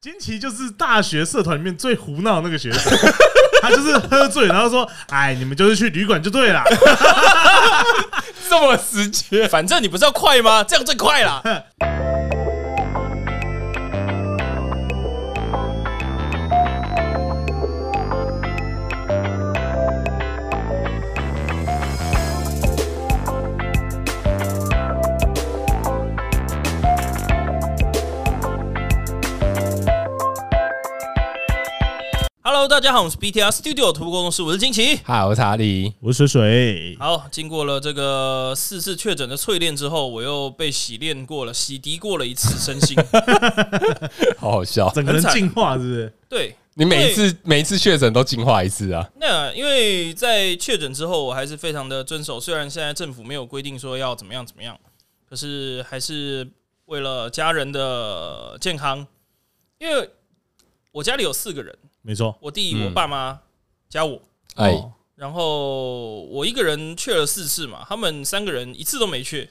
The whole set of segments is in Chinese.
金奇就是大学社团里面最胡闹的那个学生， 他就是喝醉，然后说：“哎，你们就是去旅馆就对了。这么直接，反正你不是要快吗？这样最快啦。Hello，大家好，我是 BTR Studio 徒步工作室，我是金奇。嗨，我是查理”。 我是水水，好，经过了这个四次确诊的淬炼之后，我又被洗练过了，洗涤过了一次身心。好好笑。整个人很惨进化是不是？对，你每一次每一次确诊都进化一次啊，那因为在确诊之后，我还是非常的遵守，虽然现在政府没有规定说要怎么样怎么样，可是还是为了家人的健康，因为我家里有四个人，没错，我弟、嗯我爸妈加我，哎，哦然后我一个人去了四次嘛，他们三个人一次都没去。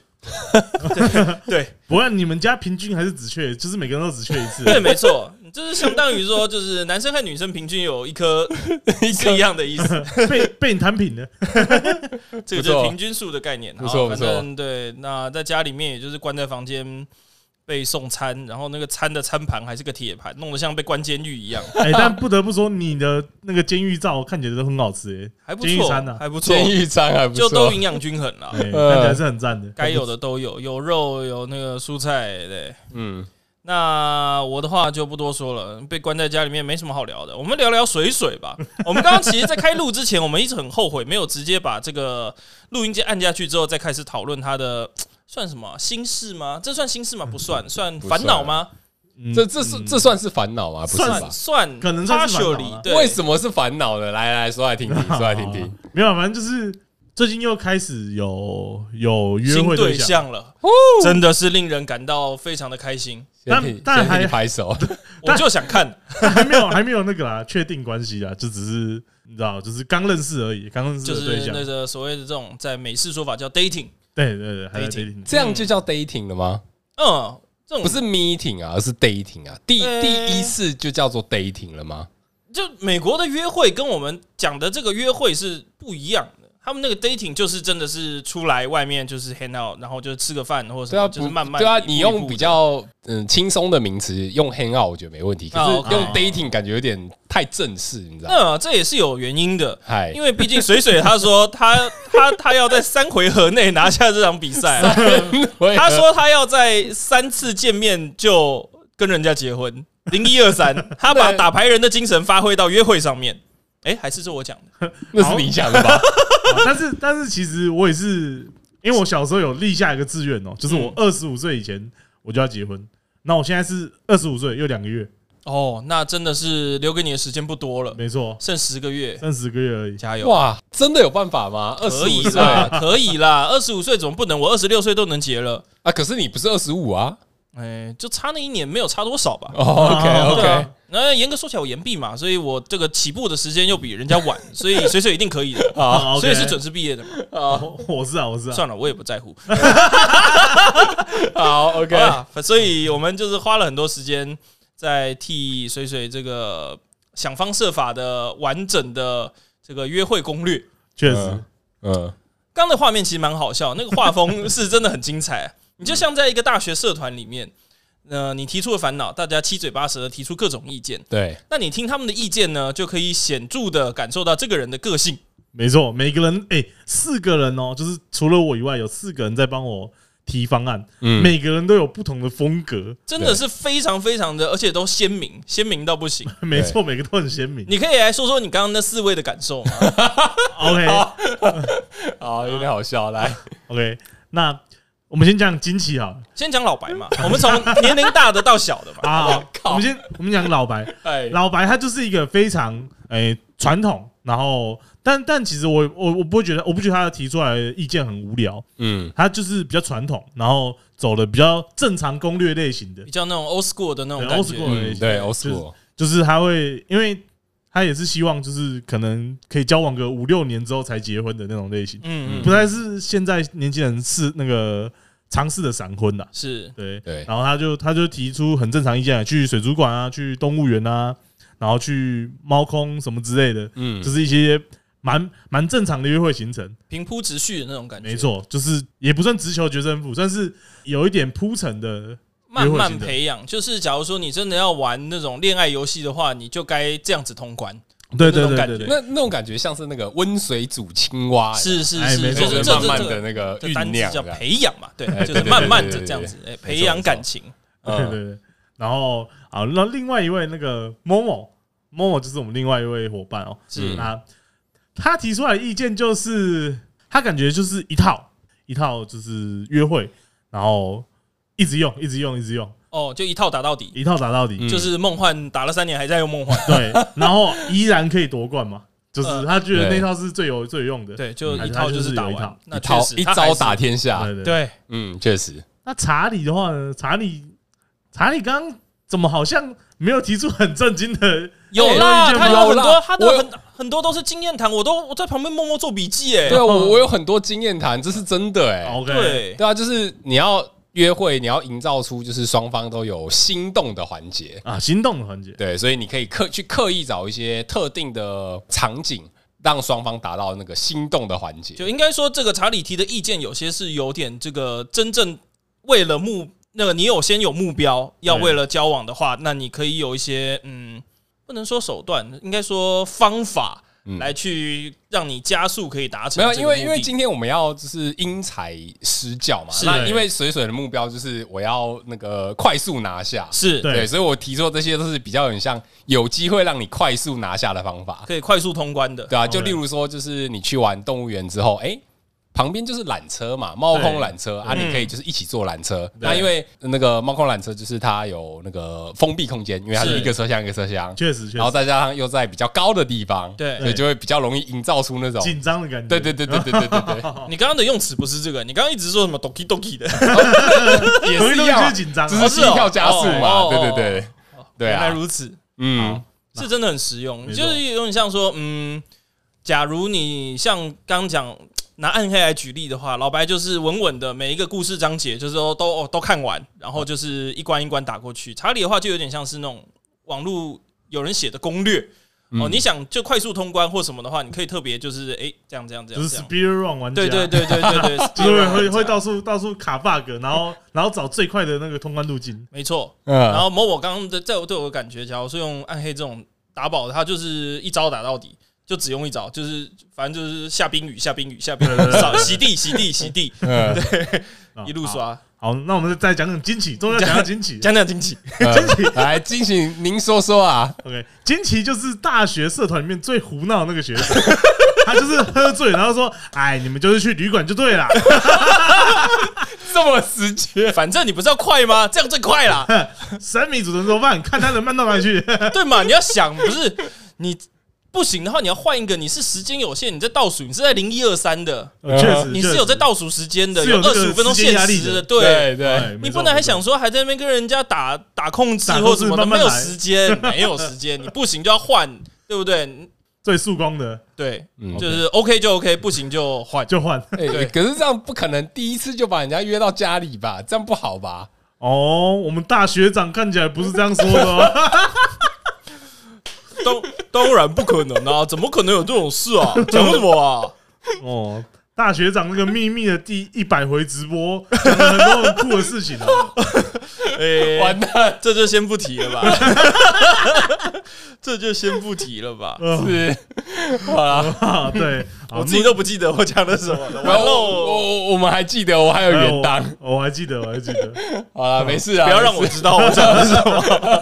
对不然你们家平均还是只缺，就是每个人都只缺一次 对，。对没错，就是相当于说，就是男生和女生平均有一颗一颗一样的意思。 被被你弹平了，这不个就错是平均数的概念。不错不好反错正对，那在家里面也就是关在房间被送餐，然后那个餐的餐盘还是个铁盘，弄得像被关监狱一样， 哎，但不得不说，你的那个监狱照看起来都很好 吃，还不监狱错餐啊，还不错，监狱章还不就都错，啊营养均衡了哎，看，起来是很赞的。该有的都有，有肉有那个蔬菜，对。嗯，那我的话就不多说了，被关在家里面没什么好聊的。我们聊聊水水吧。 我们刚刚其实，在开录之前，我们一直很后悔没有直接把这个录音键按下去之后，再开始讨论他的算什么啊心事吗？这算心事吗？不算，算嗯不烦恼算吗？嗯这这是这算是烦恼吗？不是吧算？算，可能算是烦恼啊 partially，对，为什么是烦恼呢？来来说来 听听，说来听听。嗯没有，反正就是最近又开始有有约新会对象，象了？真的是令人感到非常的开心。先替但先替还你拍 手，我就 想看，还没有还没有那个啦，确定关系啦，就只是你知道，就是刚认识而已，刚认识就的对是象。那个所谓的这种在美式说法叫 dating，对对对，还在 dating 这样就叫 dating 了吗？嗯，这种不是 meeting 啊，而是 dating 啊。第呃第一次就叫做 dating 了吗？就美国的约会跟我们讲的这个约会是不一样的，他们那个 dating 就是真的是出来外面就是 hang out，然后就是吃个饭或者什对么，啊，就不是慢慢对啊，一步一步你用比较嗯轻松的名词用 hang out 我觉得没问题，可啊是，OK 用 dating 感觉有点太正式，你知道吗？那这也是有原因的，嗨因，为毕竟水水他说他 他他要在三回合内拿下这场比赛，啊他说他要在三次见面就跟人家结婚，零一 二三，他把对打牌人的精神发挥到约会上面。哎、还是这我讲的， 那是你讲的 吧？啊但是但是其实我也是，因为我小时候有立下一个志愿哦，就是嗯我二十五岁以前我就要结婚。那我现在是二十五岁又两个月，哦，那真的是留给你的时间不多了，没错，剩十个月，三十个月而已。加油！哇，真的有办法吗？二十可以五岁啦啊，，可以啦，二十五岁怎么不能？我二十六岁都能结了，啊可是你不是二十五啊哦哎、就差那一年，没有差多少吧。 ？OK 对 OK，啊那严格说起来，我延毕嘛，所以我这个起步的时间又比人家晚， 所以水水一定可以的，啊好， OK 所以是准时毕业的嘛。哦，我是啊，我是啊，算了，我也不在乎。好 OK，好啦，所以我们就是花了很多时间在替水水这个想方设法的完整的这个约会攻略。确实嗯，嗯，刚刚的画面其实蛮好笑，那个画风是真的很精彩。你就像在一个大学社团里面，呃，你提出的烦恼，大家七嘴八舌的提出各种意见。对，那你听他们的意见呢，就可以显著的感受到这个人的个性。没错，每个人哎、四个人哦，就是除了我以外，有四个人在帮我提方案，嗯，每个人都有不同的风格，真的是非常非常的，而且都鲜明，鲜明到不行。没错，每个都很鲜明。你可以来说说你刚刚那四位的感受吗？ OK 啊好，有点好笑，来， OK，那我们先讲惊奇好了先讲老白嘛，我们从年龄大的到小的嘛。啊，靠我们先我们讲老白，哎，老白他就是一个非常诶传、统，然后但但其实我我我不会觉得，我不觉得他提出来的意见很无聊，嗯，他就是比较传统，然后走的比较正常攻略类型的比，较那种 old school 的那种对感 old school 觉，嗯对，old school，就是他会因为。他也是希望，就是可能可以交往个五六年之后才结婚的那种类型，嗯不嗯，太是现在年轻人是那个尝试的闪婚啊啦。是对，对，然后他就他就提出很正常意见，去水族馆啊，去动物园啊，然后去猫空什么之类的，嗯就，是一些蛮蛮正常的约会行程。平铺直叙的那种感觉，没，错，就是也不算直球决胜负，算是有一点铺陈的。慢约会慢型的培养。就是假如说你真的要玩那种恋爱游戏的话，你就该这样子通关。对那对种对感对觉对，那那种感觉像是那个温水煮青蛙，是是哎没是，错就就是是这慢慢这的这那个这酝单酿词这叫样，培养嘛，对哎，就对是对慢对慢对的对这样对子，哎，没培错养没感错情。对嗯对对。然后好，那另外一位那个 Momo Momo 就是我们另外一位伙伴哦，是那他提出来的意见就是，他感觉就是一套一套就是约会，然后一直用一直用一直用，哦，就一套打到底，一套打到底，嗯就是梦幻打了三年还在用梦 幻，对，然后依然可以夺冠嘛，就是他觉得对那套是最有最有用的，对，就嗯一套就是打还是有一套完，那一确招实一他还招是打天下，对对。对，嗯，确实，那查理的话呢？查理查理刚刚怎么好像没有提出很震惊的？有哎啦，有他意见吗有很有多啦他我的有很很多都是经验谈，我都我在旁边默默做笔记，哎对，啊，我我有很多经验谈，这是真的哎、哦 OK，对，对啊，就是你要约会，你要营造出就是双方都有心动的环节，啊，心动的环节，对，所以你可以刻去刻意找一些特定的场景，让双方达到那个心动的环节。就应该说这个查理提的意见有些是有点这个真正为了目那个你有先有目标，要为了交往的话，那你可以有一些嗯，不能说手段，应该说方法。嗯来去让你加速可以达成没有，这因个为因目为的今天我们要就是因材施教嘛。是那因为水水的目标就是我要那个快速拿下，是对对，所以我提出的这些都是比较很像有机会让你快速拿下的方法，可以快速通关的，对啊，就 OK 例如说，就是你去玩动物园之后，哎。旁边就是缆车嘛，猫空缆车啊，嗯你可以就是一起坐缆车。对那因为那个猫空缆车就是它有那个封闭空间，因为它是是一个车厢一个车厢，确实确然后实再加上又在比较高的地方，对所以就会比较容易营造出那种紧张的感觉。对对对对对对对 你刚刚的用词不是这个，你刚刚一直说什么 doki doki 的，对，也同一是一东西样就嘛是，紧张啊，只是心跳加速哦哦哦嘛，对对对，对原来啊，如此，嗯，是真的很实用，没就错是有点像说，嗯，假如你像刚讲拿暗黑来举例的话，老白就是稳稳的每一个故事章节，就是说都哦都看完，然后就是一关一关打过去。查理的话就有点像是那种网络有人写的攻略。嗯哦，你想就快速通关或什么的话，你可以特别就是哎、这样这样这就样是这样， speed run 玩家，对对，对对对对， 就是会会到处到处卡 bug，然后 然后找最快的那个通关路径。没错，然嗯，后某我刚刚的在我对我的感觉，假如说用暗黑这种打宝的，他就是一招打到底，就只用一招，就是反正就是下冰雨、下冰雨、下冰雨，扫洗地、洗地、洗地，嗯啊一路。刷，好，好那我们再讲讲惊奇，终于要讲到惊奇。讲讲惊奇。 嗯来，金行，您说说啊， OK，惊奇就是大学社团里面最胡闹的那个学生， 他就是喝醉，然后说：“哎，你们就是去旅馆就对了。” 这么直接，反正你不是要快吗？这样最快啦，三米煮成熟饭，看他能慢到哪里 去。对嘛？你要想，不是你不行的话，你要换一个，你是时间有限，你在倒数，你是在零一二三的，呃确实，你是有在倒数时间的，是有那二个十五分钟时间限压力时的，的对。确实对，哎你本来还想说还在那边跟人家打打控制或什打控制么的，慢慢没有来时间，没有时间，你不行就要换，对不对？最速攻的对，嗯就是 OK 就 OK，不行就换。就换 哎，可是这样不可能第一次就把人家约到家里吧？这样不好吧？哦。我们大学长看起来不是这样说的哦，当当然不可能啊，怎么可能有这种事啊？讲什么啊？哦。大学长那个秘密的第一百回直播，讲了很多很酷的事情 啊。哎完蛋，这就先不提了吧， 这就先不提了吧。呃是，好啦，啊，对，好啊我自己都不记得我讲的什么了，然完后我喽！我我们还记得，我还有哎原档，我我还记得，我还记得。好啦，没事啊，不要没让事我知道我讲的是什么。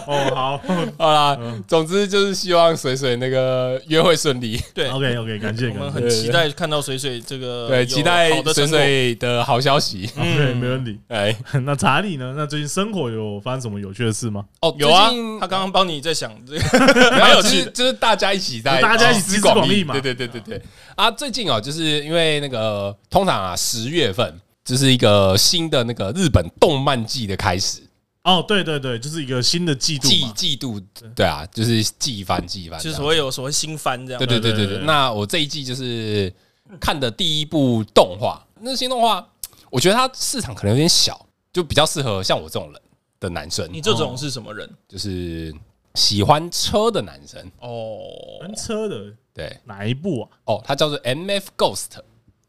哦，好 好啦，总之就是希望水水那个约会顺利，对， ，OK OK，感谢我们感谢。嗯很期待看到水水这个对，嗯有期待好的水成果。水的好消息。嗯 OK，没问题。 哎，那查理呢？那最近生活有发生什么有趣的事吗？哦，有啊最近，他刚刚帮你在想这个，没蛮有有，就趣是的就是大家一起在大家一起集集思思广广益益嘛对对对对对。啊，最近哦，就是因为那个通常啊，十月份就是一个新的那个日本动漫季的开始，哦，对对对，就是一个新的季度季嘛。季度，对啊，就是季番季番这就样，是所谓有所谓新番这样对。对对对对对对对那我这一季就是看的第一部动画，那新动画我觉得它市场可能有点小，就比较适合像我这种人的男生，你这哦种是什么人？就是喜欢车的男生。哦，玩车的对，哪一部啊？哦，它叫做 MF Ghost，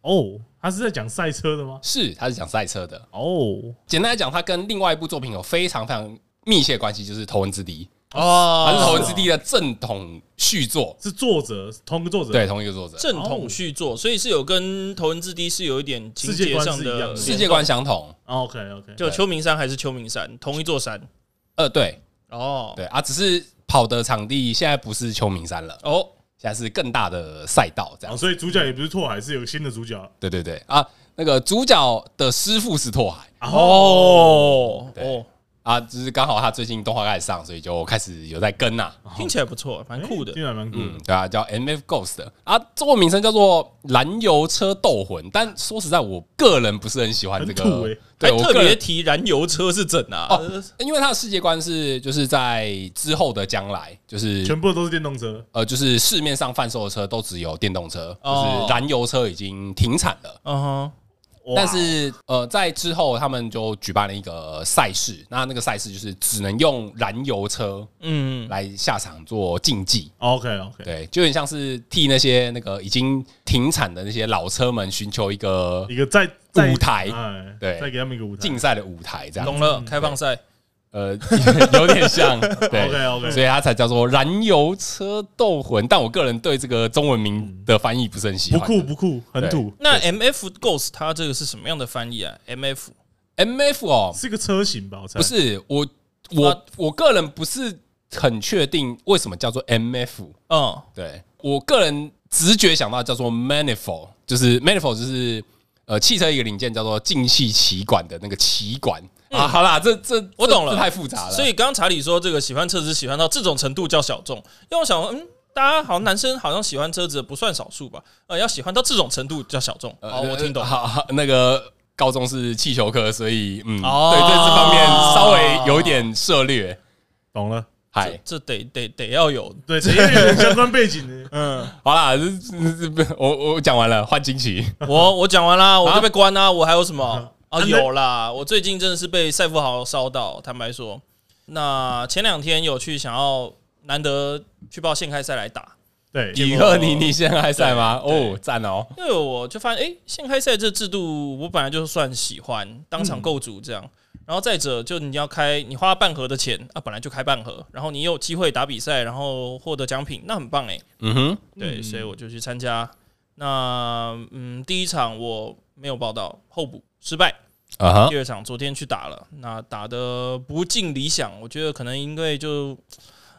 哦，他是在讲赛车的吗？是它是讲赛车的。哦，简单来讲，它跟另外一部作品有非常非常密切的关系，就是《头文字 D》，它是《头哦文字 D》的正统续作，是作者同个作者，对，同一个作者，正统续作，哦所以是有跟《头文字 D》是有一点情节上世界观是一样的世界观相同。 ，OK OK，就秋名山还是秋名山，同一座山。呃，对哦对啊，只是跑的场地现在不是秋名山了，哦，现在是更大的赛道这啊，样。所以主角也不是拓海，是有个新的主角。对对对啊，那个主角的师傅是拓海哦哦，啊，只是刚好他最近动画开始上，所以就开始有在跟呐、听起来不错，蛮酷的哎听。起来蛮酷的嗯，对啊，叫 M F Ghost 啊，中文名称叫做燃油车斗魂，但说实在，我个人不是很喜欢这很土个欸，对还我特个别人，提燃油车是怎啊？哦因为它的世界观是就是在之后的将来，就是全部都是电动车。呃，就是市面上贩售的车都只有电动车，就哦是燃油车已经停产了。嗯哼，哇但是呃，在之后他们就举办了一个赛事，那那个赛事就是只能用燃油车嗯，来下场做竞技， OK OK，对，就有点像是替那些那个已经停产的那些老车们寻求一个一个再再舞台哎对再给他们一个舞台竞。赛的舞台，这样懂了，开放赛。呃， 有点像对。 OK OK，所以它才叫做燃油车斗魂，但我个人对这个中文名的翻译不是很喜不欢。酷不酷，很土，那 M F Ghost 它这个是什么样的翻译啊？M F M F 哦，是个车型吧？我猜不是我我我个人不是很确定为什么叫做 M F，嗯对我个人直觉想到叫做 manifold，就是 manifold 就是呃汽车一个零件叫做进气歧管的那个歧管、啊。好啦，这这嗯我这懂了这太复杂了。所以刚刚查理说这个喜欢车子喜欢到这种程度叫小众，因为我想，嗯，大家好像男生好像喜欢车子的不算少数吧？呃，要喜欢到这种程度叫小众。呃哦，我听懂。好，好那个高中是汽球科，所以嗯，哦对对这方面稍微有一点涉猎。懂 了，嗨，这得得得要有，对，因为有相关背景 的，嗯，好啦，这这这我我讲完了，换惊奇。我我讲完啦，我就被关啦，我还有 什么啊？啊有啦，我最近真的是被赛富豪烧到，坦白说，那前两天有去想要难得去报现开赛来打，对，以后你你现在还在吗？对哦，赞哦。因为我就发现，哎、现开赛这制度我本来就算喜欢，当场购组这样。然后再者，就你要开，你花半盒的钱啊，本来就开半盒，然后你有机会打比赛，然后获得奖品，那很棒哎、嗯哼，对，所以我就去参加。那嗯，第一场我没有报到，候补失败。啊哈，第二场昨天去打了，那打的不尽理想，我觉得可能因为就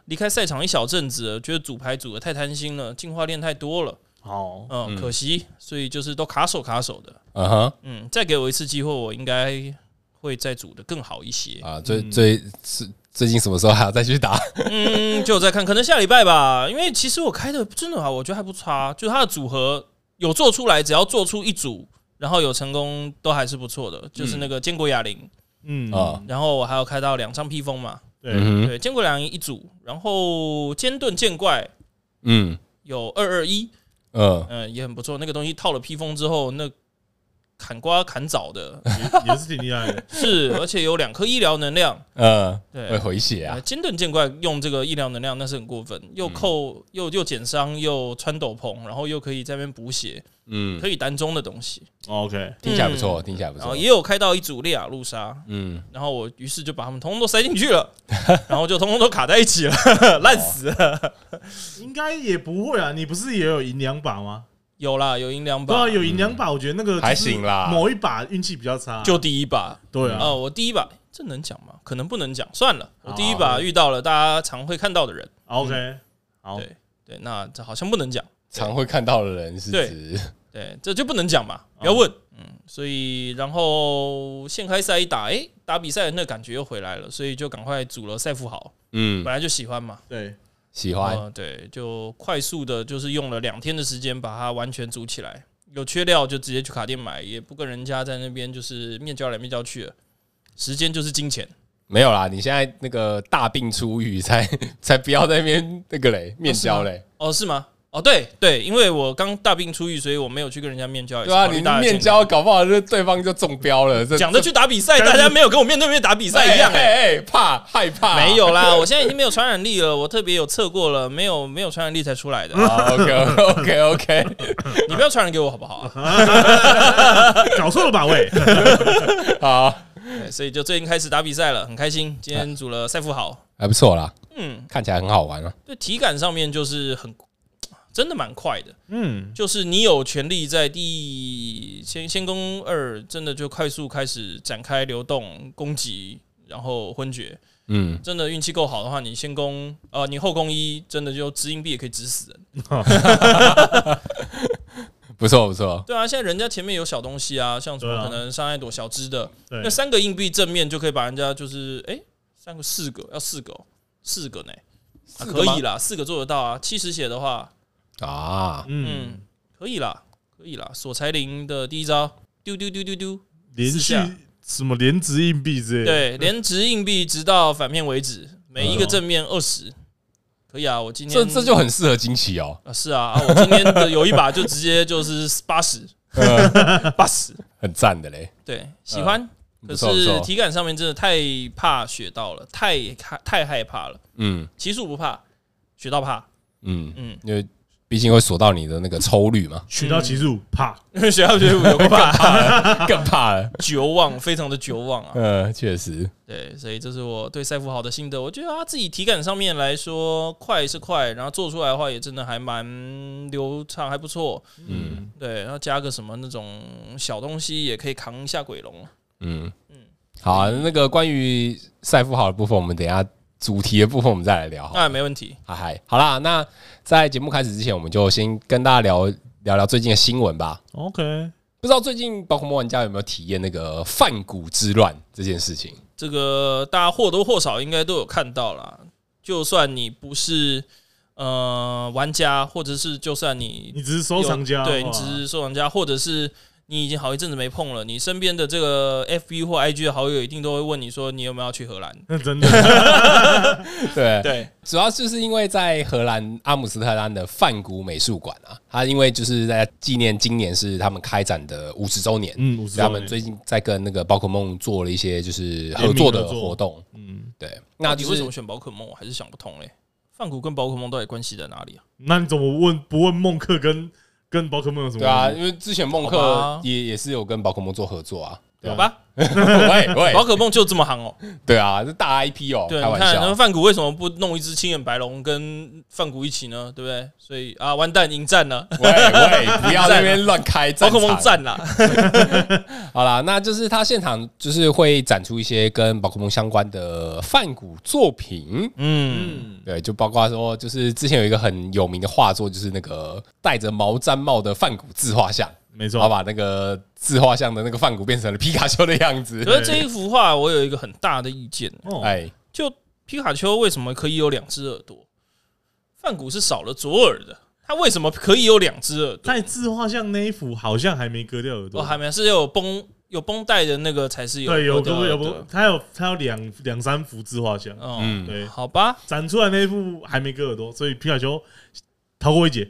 离开赛场一小阵子了，觉得组牌组的太贪心了，进化链太多了。好，嗯，可惜，所以就是都卡手卡手的。嗯哼。嗯，再给我一次机会，我应该会再组的更好一些。啊，最最最最近什么时候还要再去打？嗯，就再看，可能下礼拜吧。因为其实我开的真的啊，我觉得还不差，就它的组合有做出来，只要做出一组，然后有成功，都还是不错的。就是那个坚果哑铃，嗯啊然后我还有开到两张披风嘛，对，嗯哼，对，坚果哑铃一组，然后尖盾剑怪嗯有二二一，嗯，嗯，也很不错。那个东西套了披风之后，那砍瓜砍枣的，也也是挺厉害的，是，而且有两颗医疗能量。呃，嗯对会，回血啊呃，金盾见怪用这个医疗能量那是很过分，嗯又扣、又又减伤，又穿斗篷，然后又可以在那边补血，嗯，可以单中的东西。 OK，听起来不嗯错，听起来不然后错，也有开到一组烈亚路杀，嗯，然后我于是就把他们通通都塞进去 了，然后就通通都卡在一起哦了，烂死了。应该也不会啊，你不是也有赢两把吗？有啦，有赢两对啊，把，有赢两把，我觉得那个就是嗯还行啦嗯某一把运气比较差，就第一把。对啊，呃，我第一把这能讲吗？可能不能讲，算了。哦我第一把好遇到了大家常会看到的人，嗯 OK，好，对对，那这好像不能讲。常会看到的人是对指对，这就不能讲嘛，哦不要问。嗯，所以然后现开赛一打，诶，打比赛的那感觉又回来了，所以就赶快组了赛富豪，嗯本来就喜欢嘛。对， 喜欢，嗯，对，就快速的，就是用了两天的时间把它完全组起来。有缺料就直接去卡店买，也不跟人家在那边就是面交来面交去的。时间就是金钱，没有啦，你现 在那个大病初愈，才才不要在那边那个嘞面交嘞，哦，是吗？哦，对对，因为我刚大病初愈，所以我没有去跟人家面交，也是对啊，考虑你大家面健康交搞不好就是对方就中标了，这 讲的去打比赛，这大家没有跟我面对面打比赛一样哎、哎哎，怕害怕， 没有 啦，我现在已经没有传染力了，我特别有测过了，没有没有传染力才出 来的。 OK OK OK，你不要传染给我好不 好、嗯啊？搞错了吧？ 喂，好，对所以就最近开始打比赛了，很开心。今天组了赛富豪，还不错啦，嗯，看起来很好玩啊。对体感上面就是很真的蛮快的，嗯，就是你有权利在第先先攻二，真的就快速开始展开流动攻击，然后昏厥。嗯，真的运气够好的话，你先攻呃，你后攻一，真的就掷硬币也可以掷死人。不错不错，对啊，现在人家前面有小东西啊，像什对么啊可能上一朵小枝的，对那，三个硬币正面就可以把人家就是哎、诶三个四个要四个、哦，四个呢、啊四个可吗以啦，四个做得到啊，七十血的话，啊，嗯，嗯，可以啦，可以啦。索财灵的第一招，丢丢丢丢丢，连私续下什么连值硬币之类的，对，连值硬币直到反面为止，每一个正面二十，可以啊。我今天这这就很适合惊奇哦，啊是啊啊，我今天的有一把就直接就是 八十呃八十， 很赞的嘞，对，喜欢。不可错嗯不是错，体感上面真的太怕雪道了，太害太害怕了。嗯奇数不怕，雪道怕。嗯， 嗯，因为毕竟会锁到你的那个抽率 嘛，取到奇嗯数，啪，因为雪道觉得有个 怕，更怕 了。绝望，非常的绝望啊。呃，确实，对，所以这是我对赛富豪的心得。我觉得啊他自己体感上面来说快是快，然后做出来的话也真的还蛮流畅，还不错。嗯对，然后加个什么那种小东西也可以扛一下鬼龙。嗯好啊，那个关于赛富豪的部分，我们等一下主题的部分我们再来聊好了。那、没问题。嗨嗨，好啦，那在节目开始之前，我们就先跟大家聊聊聊最近的新闻吧。 ，OK，不知道最近宝可梦玩家有没有体验那个泛古之乱这件事 情？这个大家或多或少应该都有看到啦。就算你不是呃玩家，或者是就算你你只是收藏家，有对哇你只是收藏家，或者是你已经好一阵子没碰了，你身边的这个 FB 或 IG 的好友一定都会问你说你有没有要去荷兰？那真的，对， 对，主要就是因为在荷兰阿姆斯特丹的泛古美术馆啊，它因为就是在纪念今年是他们开展的五十周年，嗯，我知所以他道们你最近在跟那个宝可梦做了一些就是合作的联名合作活动。嗯，对，那你就为什是么选宝可梦？我还是想不通嘞。范谷跟宝可梦到底关系在哪里啊？那你怎么问不问孟克跟跟宝可梦有什么？对啊，，因为之前梦好克吧也也是有跟宝可梦做合作 啊。对啊好吧，喂喂宝，可梦就这么行哦。对啊，这大 IP 哦，对，开你玩看那笑。范谷为什么不弄一只青眼白龙跟范谷一起呢？对不对？所以啊，完蛋，迎战了，喂喂，不要在那 边乱开宝战可梦场战 啦。好啦，那就是他现场就是会展出一些跟宝可梦相关的泛古作品，嗯，对，就包括说，就是之前有一个很有名的画作，就是那个戴着毛毡帽的泛古自画像，没然后错，把那个自画像的那个泛古变成了皮卡丘的样子。可是这一幅画我有一个很大的意见，哦，哎，就皮卡丘为什么可以有两只耳朵？范谷是少了左耳的，他为什么可以有两只耳朵？在自画像那一幅好像还没割掉耳我朵，哦还没是有绷有绷带的那个才是有啊对，有的割有耳不朵，他有他有两两三幅自画像，哦，嗯，对，好吧，展出来那一幅还没割耳朵，所以皮卡丘逃过一劫，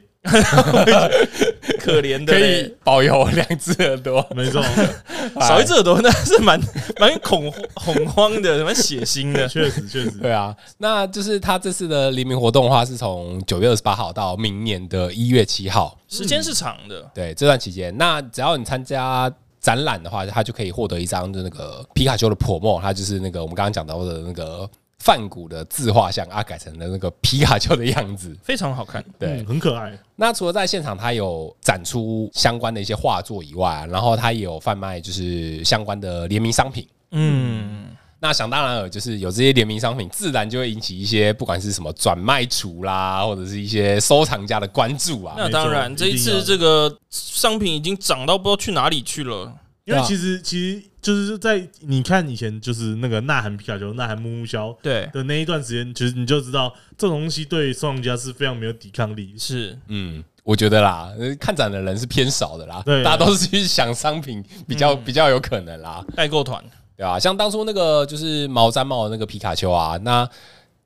可怜的可嘞以保有两只耳朵，没 错，哎少一只耳朵，那是蛮蛮恐慌恐慌的，蛮血腥的。确实确实，对啊，那就是他这次的黎明活动的话，是从九月二十八号到明年的一月七号。时间是长的，对这段期间，那只要你参加展览的话，他就可以获得一张就那个皮卡丘的 promo，它就是那个我们刚刚讲到的那个梵谷的自画像啊，改成了那个皮卡丘的样子。非常好看。对，嗯很可爱，那除了在现场他有展出相关的一些画作以外，然后他也有贩卖就是相关的联名商品。嗯，那想当然尔，就是有这些联名商品，自然就会引起一些不管是什么转卖族啦，或者是一些收藏家的关注啊。那当然，没这错一一定要次的这个商品已经涨到不知道去哪里去了。因对为啊其实其实就是在你看以前就是那个呐喊皮卡丘、呐喊木木枭对，的那一段时间，其实你就知道这种东西对收藏家是非常没有抵抗力的。是嗯，我觉得啦，呃看展的人是偏少的啦，对嗯大家都是去想商品，比较、比较有可能啦，代购团，对吧、像当初那个就是毛毡帽的那个皮卡丘啊，那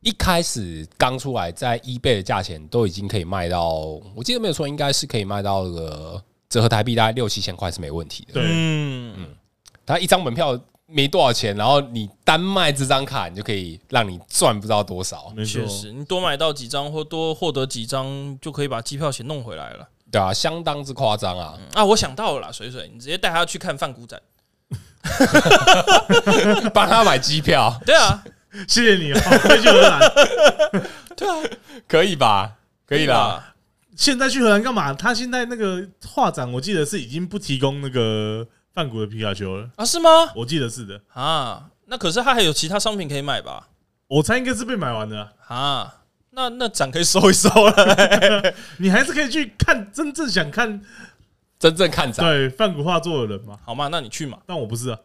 一开始刚出来，在 eBay 的价钱都已经可以卖到，我记得没有错，应该是可以卖到个折合台币大概六七千块是没问题的。对，嗯，它一张门票没多少钱，然后你单卖这张卡，你就可以让你赚不知道多少，没错确，实，你多买到几张或多获得几张，就可以把机票钱弄回来了。对啊，相当之夸张啊！啊，我想到了啦，水水，你直接带他去看范古展。帮他买机票对啊，谢谢你，好快去荷兰。可以吧？可以啊啦，吧，现在去荷兰干嘛？他现在那个画展，我记得是已经不提供那个梵谷的皮卡丘了，啊，是吗？我记得是的。啊，那可是他还有其他商品可以买吧？我猜应该是被买完的啊，啊，那那展可以收一收了。你还是可以去看真正想看真正看展。对梵谷画作的人嘛。好嘛，那你去嘛。但我不是啊，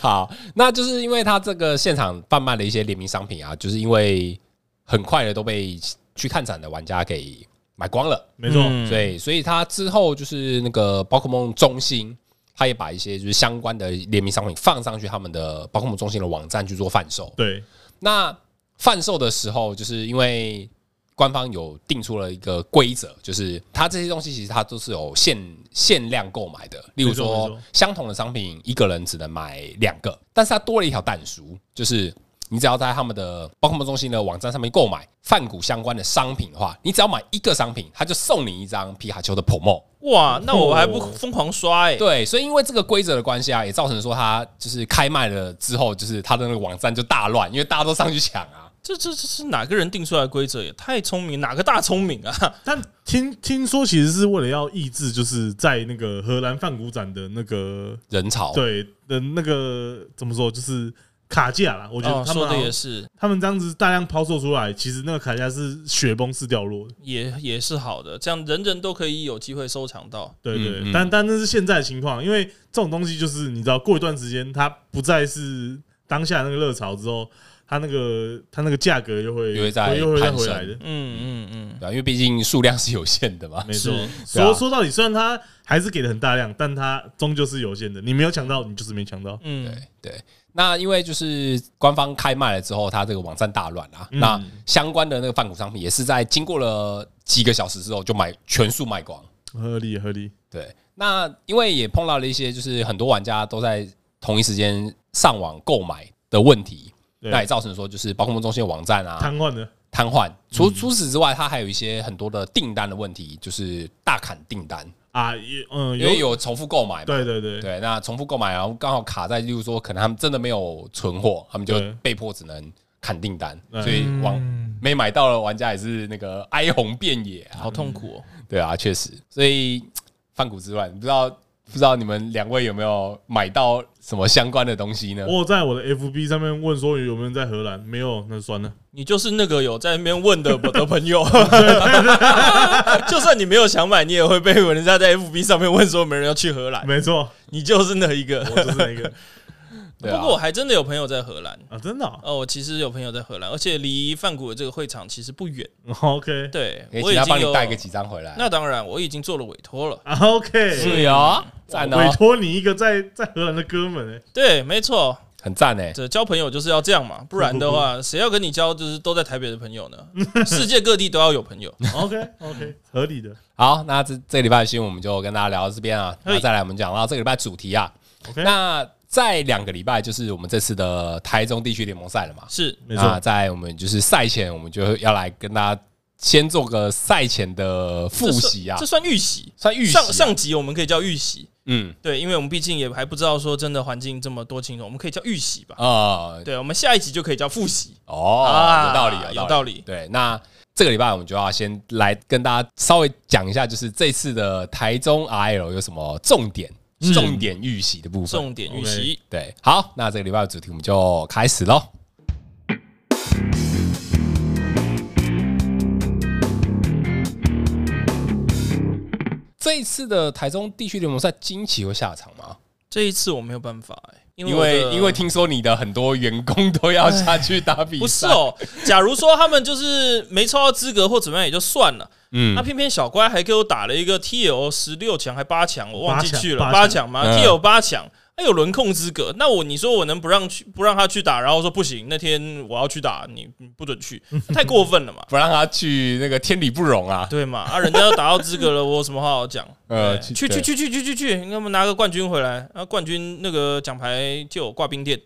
好，那就是因为他这个现场贩卖的一些联名商品啊，就是因为很快的都被去看展的玩家给买光了。没错，嗯所以所以他之后就是那个宝可梦中心，他也把一些就是相关的联名商品放上去他们的宝可梦中心的网站去做贩售。对，那贩售的时候，就是因为官方有定出了一个规则，就是它这些东西其实它都是有限限量购买的。例如没错没说错，相同的商品一个人只能买两个，但是它多了一条蛋书，就是。你只要在他们的宝可梦中心的网站上面购买泛谷相关的商品的话，你只要买一个商品，他就送你一张皮卡丘的 Promo。哇，那我还不哦疯狂刷哎、对，所以因为这个规则的关系啊，也造成说他就是开卖了之后，就是他的那个网站就大乱，因为大家都上去抢啊。这这这是哪个人定出来的规则？也太聪明，哪个大聪明啊？但听听说其实是为了要抑制，就是在那个荷兰梵谷展的那个人潮，对的那个怎么说，就是卡价啦。我我觉哦得他们哦说好的像也是，他们这样子大量抛售出来，其实那个卡价是雪崩式掉落的。也也是好的，这样人人都可以有机会收藏到。对对，嗯嗯但但那是现在的情况，因为这种东西就是你知道，过一段时间它不再是当下那个热潮之后，它那个它那个价格又会又会再又会再攀回升来的。嗯嗯嗯，对啊，因为毕竟数量是有限的嘛。没错，对啊说说到底，虽然它还是给的很大量，但它终究是有限的。你没有抢到，你就是没抢到。嗯对，对，那因为就是官方开卖了之后，它这个网站大乱啊，嗯那相关的那个泛股商品也是在经过了几个小时之后就买全数卖光。合理合理，对，那因为也碰到了一些就是很多玩家都在同一时间上网购买的问题，对那也造成说就是包括中心的网站啊瘫痪嗯的，瘫痪。除除此之外，它还有一些很多的订单的问题，就是大砍订单，啊，也嗯，因为有重复购买嘛。对对对对，啊那重复购买，然后刚好卡在，例如说，可能他们真的没有存货，他们就对被迫只能砍订单，对所以往没买到的玩家也是那个 哀鸿遍野啊。嗯好痛苦哦。对啊，确实，所以泛谷之乱，不知道不知道你们两位有没有买到什么相关的东西呢？我有在我的 FB 上面问说有没有人在荷兰，没有，那算了。 你就是那个有在那边问的我的朋友， 就算你没有想买，你也会被人家在 FB 上面问说没人要去荷兰，没错，你就是那一个。我就是那 个对不啊过我还真的有朋友在荷兰，啊，真的啊、哦，我其实有朋友在荷兰，而且离范谷的这个会场其实不远。嗯哦 OK 对，可以请我已他经帮你有带个几张回来。那啊当然，我已经做了委托了。啊 OK，是哦，赞委哦，托你一个在在荷兰的哥们、 欸，对，没错，很赞哎。这交朋友就是要这样嘛，不然的 话，谁要跟你交就是都在台北的朋友呢？ 世界各地都要有朋友。 OK OK，合理的。好，那这这个礼拜的新闻我们就跟大家聊到这边啊。嘿那再来，我们讲到这个礼拜主题啊。 OK 那在两个礼拜就是我们这次的台中地区联盟赛了嘛。是，没错那在我们就是赛前，我们就要来跟大家先做个赛前的 复习啊这，算预习。算预习啊。上上集我们可以叫预习，嗯对，因为我们毕竟也还不知道说真的环境这么多情况，我们可以叫预习吧。啊对，我们下一集就可以叫复习啊哦，有道理，有有道道理。理。对，那这个礼拜我们就要先来跟大家稍微讲一下，就是这次的台中 RL 有什么重点、嗯重点预习的部分。重点预习，对，好，那这个礼拜的主题我们就开始喽。这一次的台中地区联盟赛，惊奇会下场吗？这一次我没有办法哎、因因我为的因为听说你的很多员工都要下去打比赛，不是，哦，假如说他们就是没抽到资格或怎么样也就算了，那嗯，偏偏小乖还给我打了一个 T L 十六强还八强，我忘记去了八强八强吗嗯，？T L 八强，他有轮控资格，那我你说我能不让去不让他去打，然后说不行，那天我要去打，你你不准去，太过分了嘛不让他去那个天理不容啊！对嘛？啊，人家都达到资格了，我有什么话好讲？呃呃，去去去对去去去去去，你给我们拿个冠军回来，啊，冠军那个奖牌就有挂 冰店，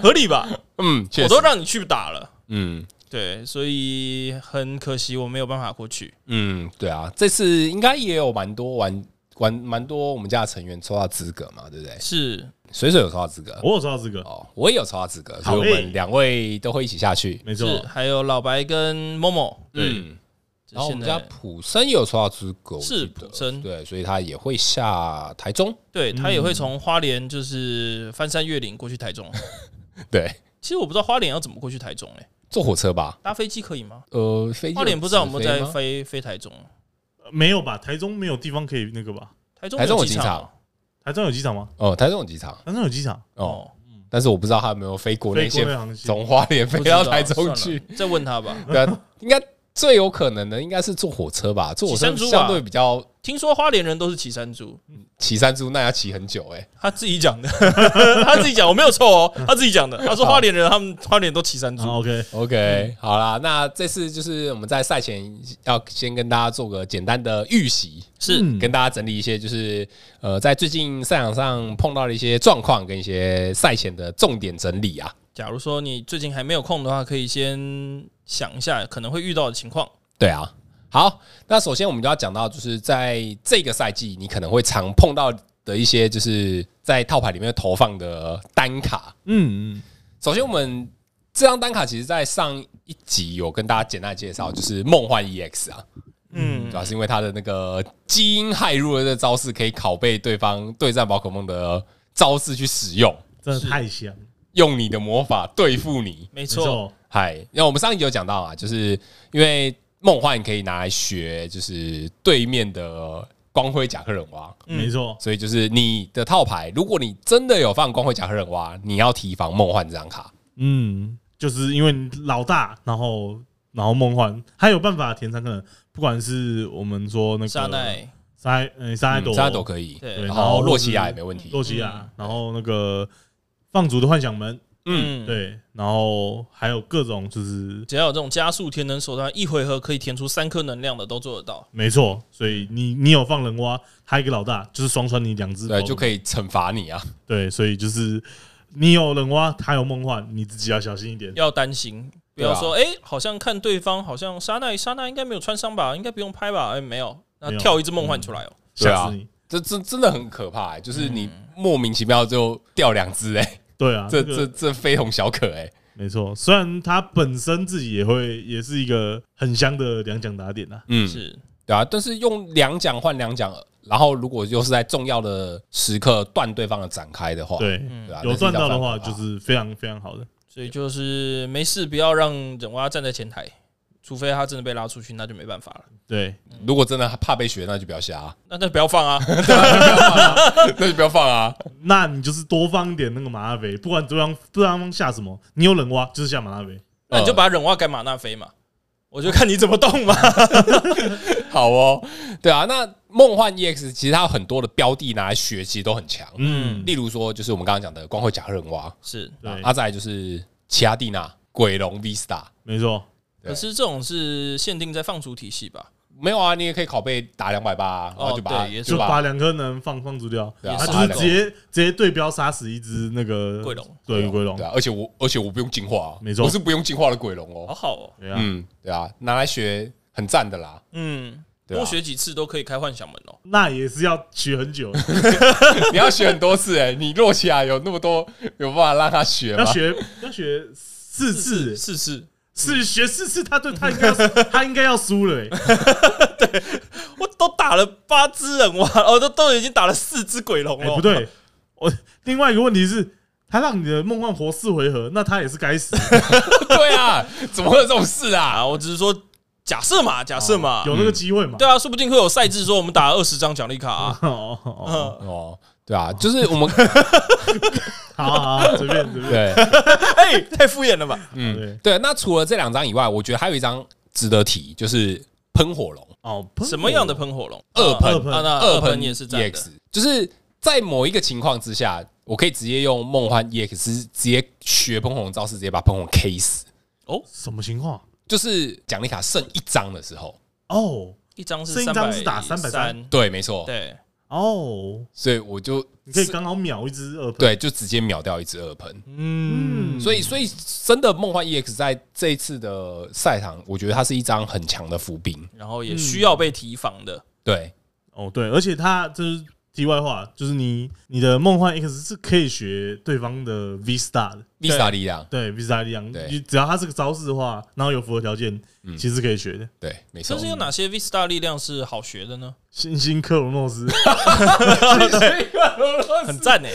合理吧？嗯，确我实都，让你去打了。嗯对，所以很可惜我没有办法过去。嗯，对啊，这次应该也有蛮多玩玩蛮多我们家的成员抽到资格嘛，对不对？是，水水有抽到资格我有抽到这个，哦，我也有抽到资格，所好以我诶们两位都会一起下去。没错，是，还有老白跟某某，嗯，然后我们现家在普生也有抽到资格，我是记得普生对，所以他也会下台中， 对他也会从花莲就是翻山越岭过去台中。对，其实我不知道花莲要怎么过去台中、欸，坐火车吧。搭飞机可以吗？呃，飞机花莲不知道有没有在直飞吗飞飞台中，没有吧？台中没有地方可以那个吧？台中台中有有机机场场吗台中有机场吗？哦，台中有机场台中有机场，哦，哦，但是我不知道他有没有飞国内飞国线内航线。从花莲不飞知道到台中，算去，了再问他吧。对啊，应该最有可能的应该是坐火车吧，坐火骑山车猪吧相对比较听说花莲人都是骑山猪，骑山猪，那要骑很久哎、他自己讲的， 他自己讲，我没有错哦，他自己讲的。他说花莲人他们花莲都骑山啊猪， OK， OK，好啦，那这次就是我们在赛前要先跟大家做个简单的预习，是嗯跟大家整理一些就是呃，在最近赛场上碰到的一些状况跟一些赛前的重点整理啊。假如说你最近还没有空的话，可以先想一下可能会遇到的情况。对啊，好，那首先我们就要讲到，就是在这个赛季你可能会常碰到的一些，就是在套牌里面投放的单卡。嗯嗯，首先，我们这张单卡其实在上一集有跟大家简单介绍，就是梦幻 EX 啊，嗯主，要是因为它的那个基因骇入的这个招式可以拷贝对方对战宝可梦的招式去使用，真的太香，用你的魔法对付你。没没错，错，嗨，因为我们上一集有讲到啊，就是因为梦幻可以拿来学，就是对面的光辉甲克忍蛙，嗯没错，所以就是你的套牌，如果你真的有放光辉甲克忍蛙，你要提防梦幻这张卡。嗯，就是因为老大，然后然后梦幻，他有办法填上可能，不管是我们说那个沙奈，沙奈，嗯，沙奈朵，沙朵可嗯以，对，对然然后后洛奇亚也没问题。洛基亚，然后那个放逐的幻想门，嗯，嗯，对，然后还有各种就是只要有这种加速天能手段，一回合可以填出三颗能量的都做得到。没错，所以你你有放人蛙，他一个老大就是双穿你两只，对，就可以惩罚你啊。对，所以就是你有人蛙，他有梦幻，你自己要小心一点。要担心，不对啊要说哎、诶好像看对方好像沙奈沙奈应该没有穿伤吧，应该不用拍吧？哎、没有，那没有跳一只梦幻出来哦、对吓啊死你！这真真的很可怕、欸，就是你莫名其妙就掉两只哎，对嗯啊，这个这这非同小可哎、没错。虽然他本身自己也会，也是一个很香的两奖打点啊。嗯，是对啊，但是用两奖换两奖，然后如果又是在重要的时刻断对方的展开的话，对，对啊，有赚到的话，那是就一张非常可怕是非常非常好的。所以就是没事，不要让忍蛙站在前台，除非他真的被拉出去，那就没办法了。对，如果真的怕被学，那就不要下啊， 那那不要放啊，那就不要放啊。那你就是多放一点那个马拉维，不管对方对方下什么，你有人蛙就是下马拉维。那你就把忍蛙改马纳菲嘛，我就看你怎么 动嘛。好哦，对啊。那梦幻 EX 其实它有很多的标的拿来学，其实都很强，嗯，例如说就是我们刚刚讲的光辉甲克人蛙，啊是，对，阿再来就是奇亚蒂娜、鬼龙 Vista。没错，对可是这种是限定在放逐体系吧？没有啊，你也可以拷贝打两百八，然后就把它哦对也是就就把把两颗能放放逐掉，对啊他就杀是直两个接直接对标杀死一只那个贵龙，对龟龙对，啊，而且我而且我不用进化啊，没错我是不用进化的鬼龙好哦。好哦，对啊。嗯，对啊，拿来学很赞的啦。 嗯，对啊多学几次都可以开幻想门哦。那也是要学很 久，你要学很多次哎、你洛奇亚有那么多有办法让他学吗要？学要学四次，试试，是学四次，他对他应该要他应该要输了欸，我都打了八只人蛙，哦，都都已经打了四只鬼龙哎了。不，对， 我另外一个问题是，他让你的梦幻活四回合，那他也是该死， 对啊，怎么会有这种事啊？啊，我只是说假设嘛，假设嘛，哦有那个机会嘛？对啊，说不定会有赛制说我们打二十张奖励卡啊。 哦，哦哦 嗯哦，对啊，就是我们 好好好，随便随便，对，哎，太敷衍了吧？嗯，对。那除了这两张以外，我觉得还有一张值得提，就是喷火龙哦，喷火什么样的喷火龙？二喷二喷啊，那二二喷，E 喷也是这样的 EX，就是在某一个情况之下，我可以直接用梦幻 EX 直接学喷红招式，直接把喷红 K 死。什么情况？就是奖励卡剩一张的时候，哦一张是剩一三张百是打330，对，没错，对，哦，所以我就你可以刚好秒一只二喷，，对，就直接秒掉一只二喷。嗯，所以，所以真的梦幻 EX 在这一次的赛场，我觉得它是一张很强的伏兵。然后也需要被提防的。对，哦对，而且它就是题外话，就是你你的梦幻 X 是可以学对方的 V Star 的，丽莎力量，对 V Star 力量，对你只要它是个招式的话，然后有符合条件，其实可以学的。对，没错但。是有哪些 V Star 力量是好学的呢？ 星星克罗诺斯 很赞诶，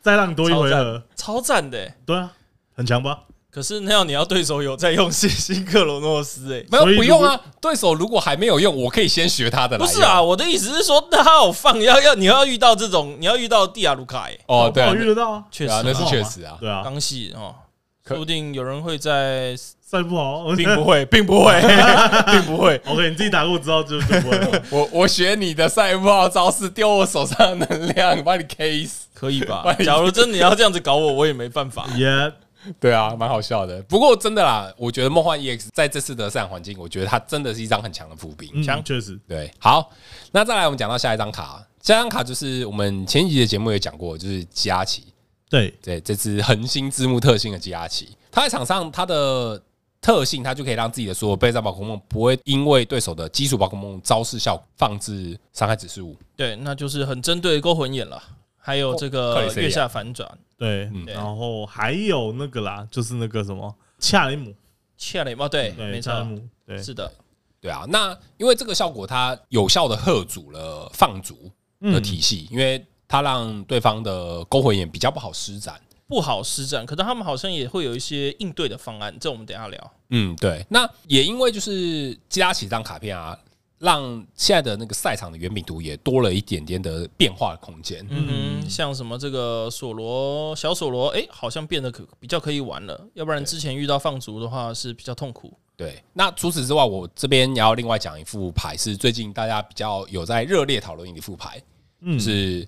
再让多一回合，超赞的欸。对啊，很强吧？可是那样你要对手有在用信息克罗诺斯欸诶，没有所以不如用果啊，对手如果还没有用，我可以先学他的。不是啊，，我的意思是说，那他好放，要要你要遇到这种，你要遇到蒂亚卢卡诶，欸哦，对不好，啊遇得到啊，确实对啊那不是好啊确实啊对啊，刚系哦，可说不定有人会在，赛不好并不 会，并不会，并不会。 ，OK，你自己打过之后就就不会 了。我我学你的赛炮招式，丢我手上的能量，把你 K 死。可以 吧？啊假如真的你要这样子搞我，我也没办法。也对啊，蛮好笑的。不过真的啦，我觉得梦幻 EX 在这次的赛场环境，我觉得它真的是一张很强的伏兵。嗯强，嗯确实，对，好，那再来我们讲到下一张卡，下一张卡就是我们前几集的节目也讲过，就是基拉奇，对，对，这只恒星字幕特性的基拉奇，它在场上它的特性，它就可以让自己的所有备战宝可梦不会因为对手的基础宝可梦招式效果放置伤害指数五。对，那就是很针对勾魂眼了，还哦有这克个里斯利亚月下反转，对嗯，然后还有那个啦，就是那个什么恰雷嗯姆，切雷吗？对，对，没恰雷错，姆，对，是的，对啊，那因为这个效果，它有效的吓阻了放逐嗯的体系，因为它让对方的勾魂眼比较不好施展。不好施展，可是他们好像也会有一些应对的方案，这我们等一下聊。嗯，对。那也因为就是基拉奇这张卡片啊，让现在的那个赛场的圆饼图也多了一点点的变化空间。嗯哼，像什么这个索罗小索罗，哎，好像变得可比较可以玩了，要不然之前遇到放逐的话是比较痛苦。对。那除此之外，我这边也要另外讲一副牌，是最近大家比较有在热烈讨论的一副牌，嗯是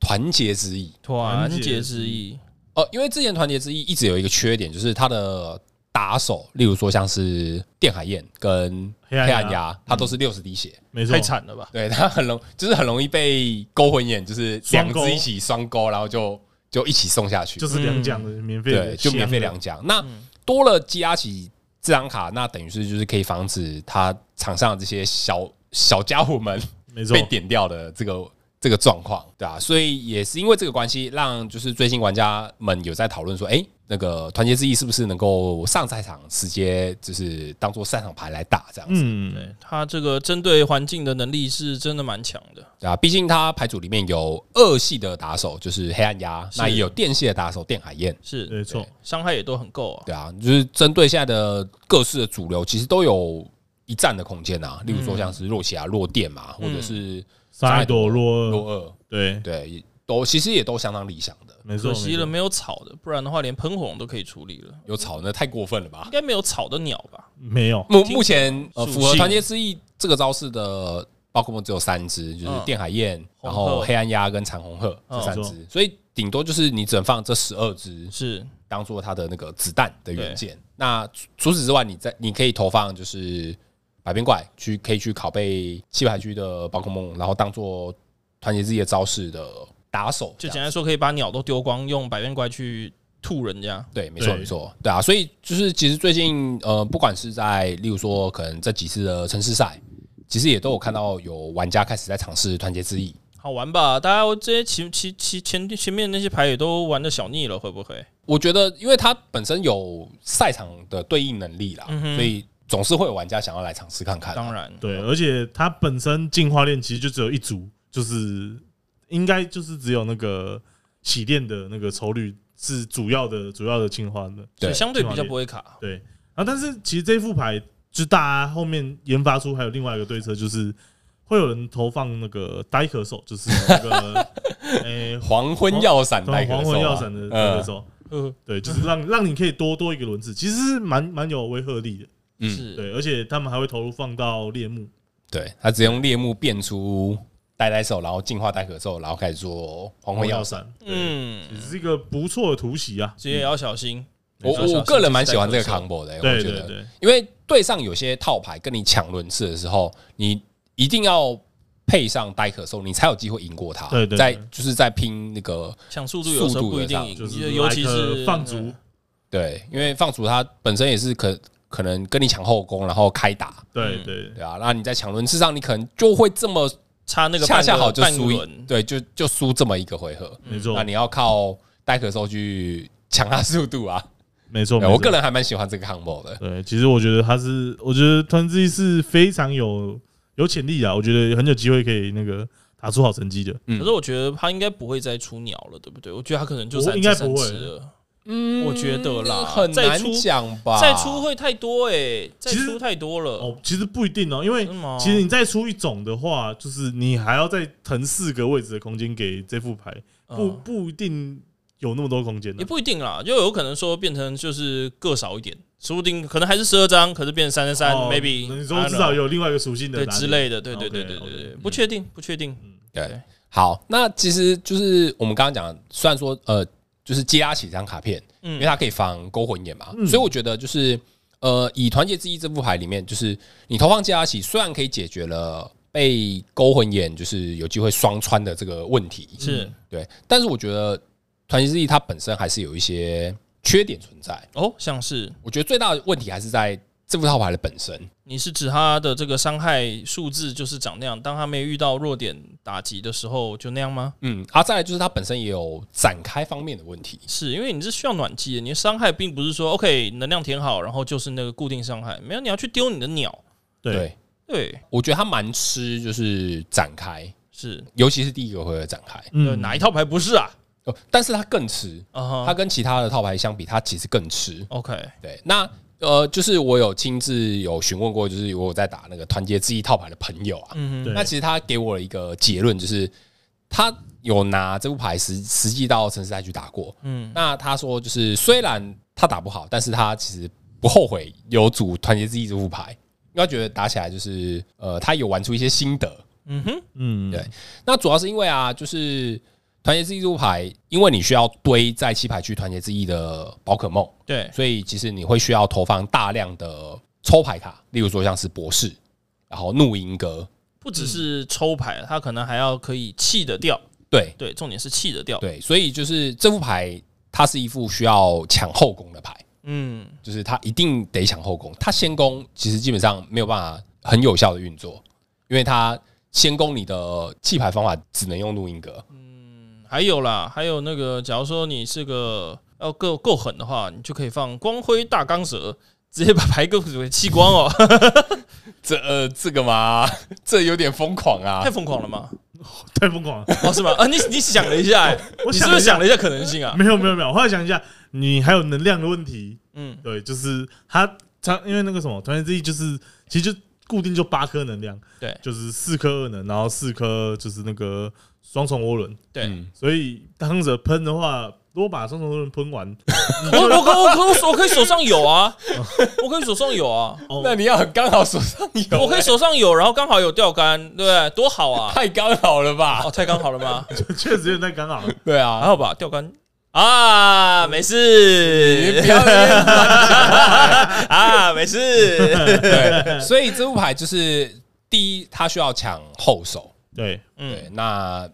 团结之翼。团团结结之意，哦，因为之前团结之翼一直有一个缺点，就是它的打手，例如说像是电海燕跟黑黑暗鸦嗯暗鸦，它都是六十滴血，没错太，惨了吧？对，它很容就是很容易被勾魂眼，就是两双勾只一起双勾，然后就就一起送下去，就是两奖的免费嗯对，的，就免费两奖。那嗯多了基拉奇这张卡，那等于是就是可以防止他场上的这些小小家伙们没错被，点掉的这个这个状况，对啊，所以也是因为这个关系，让就是最近玩家们有在讨论说，哎、那个团结之翼是不是能够上赛场，直接就是当做赛场牌来打这样子，嗯，对他这个针对环境的能力是真的蛮强的。对啊，毕竟他牌组里面有二系的打手，就是黑暗鸦，是那也有电系的打手电海燕，是没错，伤害也都很够啊。对啊，就是针对现在的各式的主流，其实都有一战的空间啊，例如嗯说像是洛奇啊、弱电嘛，或者是萨埃朵洛洛，二，对，对，都其实也都相当理想的。没错，可惜了没没有草的，不然的话连喷火龙都可以处理了。有草那太过分了吧应？该没有草的鸟吧？错没有，目目前呃，属符合性团结之翼这个招式的宝可梦只有三只，就是嗯电海燕，红然鹤后黑暗鸦跟长红鹤这嗯三没错只，所以顶多就是你只能放这十二只是当做它的那个子弹的元件。那除除此之外，你在你可以投放就是百变怪去可以去拷贝七百区的宝可梦，然后当做团结之翼的招式的打手这就样，简单说，可以把鸟都丢光，用百变怪去吐人家。对，没错，对没错，对啊，所以就是其实最近呃，不管是在例如说可能这几次的城市赛，其实也都有看到有玩家开始在尝试团结之翼。好玩吧？大家这些前前前前前面那些牌也都玩的小腻了，会不会？我觉得，因为它本身有赛场的对应能力嗯啦，所以总是会有玩家想要来尝试看看。当然，对，而且它本身进化链其实就只有一组，就是应该就是只有那个洗链的那个抽率是主要的主要的进化的，所对以相对比较不会卡。对啊，但是其实这副牌，就大家后面研发出还有另外一个对策，就是会有人投放那个呆咳手，就是那 个诶黄昏药伞带啊黄昏药伞的呆咳嗯手，呃，对，就是让让你可以多多一个轮次，其实是蛮蛮有威慑力的。嗯是对，而且他们还会投入放到猎木，对，他只用猎木变出呆呆兽，然后进化呆壳兽，然后开始做黄昏药伞。伞，嗯，嗯，也是一个不错的突袭啊。所以也要小心。嗯我没错我个人蛮喜欢这个小心 combo 的、欸，我对觉对得，对，因为对上有些套牌跟你抢轮次的时候，你一定要配上呆壳兽，你才有机会赢过他。对对对在就是在拼那个抢速度有时候不一定赢，就是尤其 like 是嗯放逐，对，因为放逐他本身也是可可能跟你抢后宫，然后开打，嗯对对对啊，那你在抢轮次上，你可能就会这么差那个恰半恰个好就半个输一嗯轮，对，就就输这么一个回合，没那错，你要靠呆壳兽去抢他速度啊。没错。哎对没我错个人还蛮喜欢这个 combo 的，对，其实我觉得他是，我觉得团之一是非常有有潜力啊，我觉得很有机会可以那个打出好成绩的。嗯可是我觉得他应该不会再出鸟了，对不对？我觉得他可能就我三应该只不三会只了，嗯我觉得啦很再难出讲吧，再出会太多哎，再其实出太多了。哦，其实不一定哦，因为真的吗其实你再出一种的话，就是你还要再腾四个位置的空间给这副牌，不嗯不一定有那么多空间啊也的。不一定啦，就有可能说变成就是各少一点，说不定可能还是十二张，可是变成三十三哦，maybe 你 I 说 don't 至少 know 有另外一个属性的对之类的，对对 OK，对对对 OK 嗯对，不确定，不确定。对，好，那其实就是我们刚刚讲的，虽然说呃，就是接拉起这张卡片，嗯因为它可以防勾魂眼嘛，嗯所以我觉得就是呃，以团结之翼这副牌里面，就是你投放接拉起，虽然可以解决了被勾魂眼就是有机会双穿的这个问题，嗯是对，但是我觉得团结之翼它本身还是有一些缺点存在，哦，像是我觉得最大的问题还是在这副套牌的本身，你是指他的这个伤害数字就是长那样，当他没遇到弱点打击的时候就那样吗？嗯，啊，再来就是它本身也有展开方面的问题，是因为你是需要暖机的，你的伤害并不是说 OK 能量填好，然后就是那个固定伤害，没有你要去丢你的鸟，对，对，我觉得他蛮吃就是展开，是，尤其是第一个回合展开，嗯对，哪一套牌不是啊？呃，但是他更吃，啊他哈跟其他的套牌相比，他其实更吃。 ，OK，对，那呃，就是我有亲自有询问过，就是我有在打那个团结之翼套牌的朋友啊，嗯哼，对那其实他给我一个结论，就是他有拿这副牌实实际到城市赛去打过，嗯，那他说就是虽然他打不好，但是他其实不后悔有组团结之翼这副牌，因为他觉得打起来就是呃，他有玩出一些心得。嗯哼，嗯，对那主要是因为啊，就是团结之翼这副牌，因为你需要堆在七牌区团结之翼的宝可梦，对，所以其实你会需要投放大量的抽牌卡，例如说像是博士，然后怒鹰哥，不只是嗯抽牌，他可能还要可以弃得掉，对对，重点是弃得掉，对，所以就是这副牌它是一副需要抢后宫的牌，嗯，就是它一定得抢后宫，它先攻其实基本上没有办法很有效的运作，因为它先攻你的弃牌方法只能用怒鹰哥，还有啦，还有那个，假如说你是个要够够狠的话，你就可以放光辉大钢蛇，直接把牌给给弃光哦，这呃这个嘛， 这有点疯狂 啊太，疯狂了嘛！ 太疯狂了。哦，是吗？啊，你你想了一下、哦欸，我你是想不了一是下想，了一下可能性啊？ 没有没有没有，我后来想一下，你还有能量的问题，嗯，对，就是他他因为那个什么团结之翼，就是其实就固定就八颗能量，对就是四颗二能，然后四颗就是那个双重涡轮，对。嗯所以当者喷的话，如果把双重涡轮喷完， 我我可我可我手我可以手上有啊，我可以手上有啊，哦嗯那你要很刚好手上有、我可以手上有，然后刚好有钓竿，对不对？多好啊！太刚好了吧哦，？太刚好了吗？确实有点太干扰 了。对还啊，好吧，钓竿啊，没 你事不 要在那边 啊，没事。 对，所以这副牌就是第一，它需要抢后手，对，嗯对，那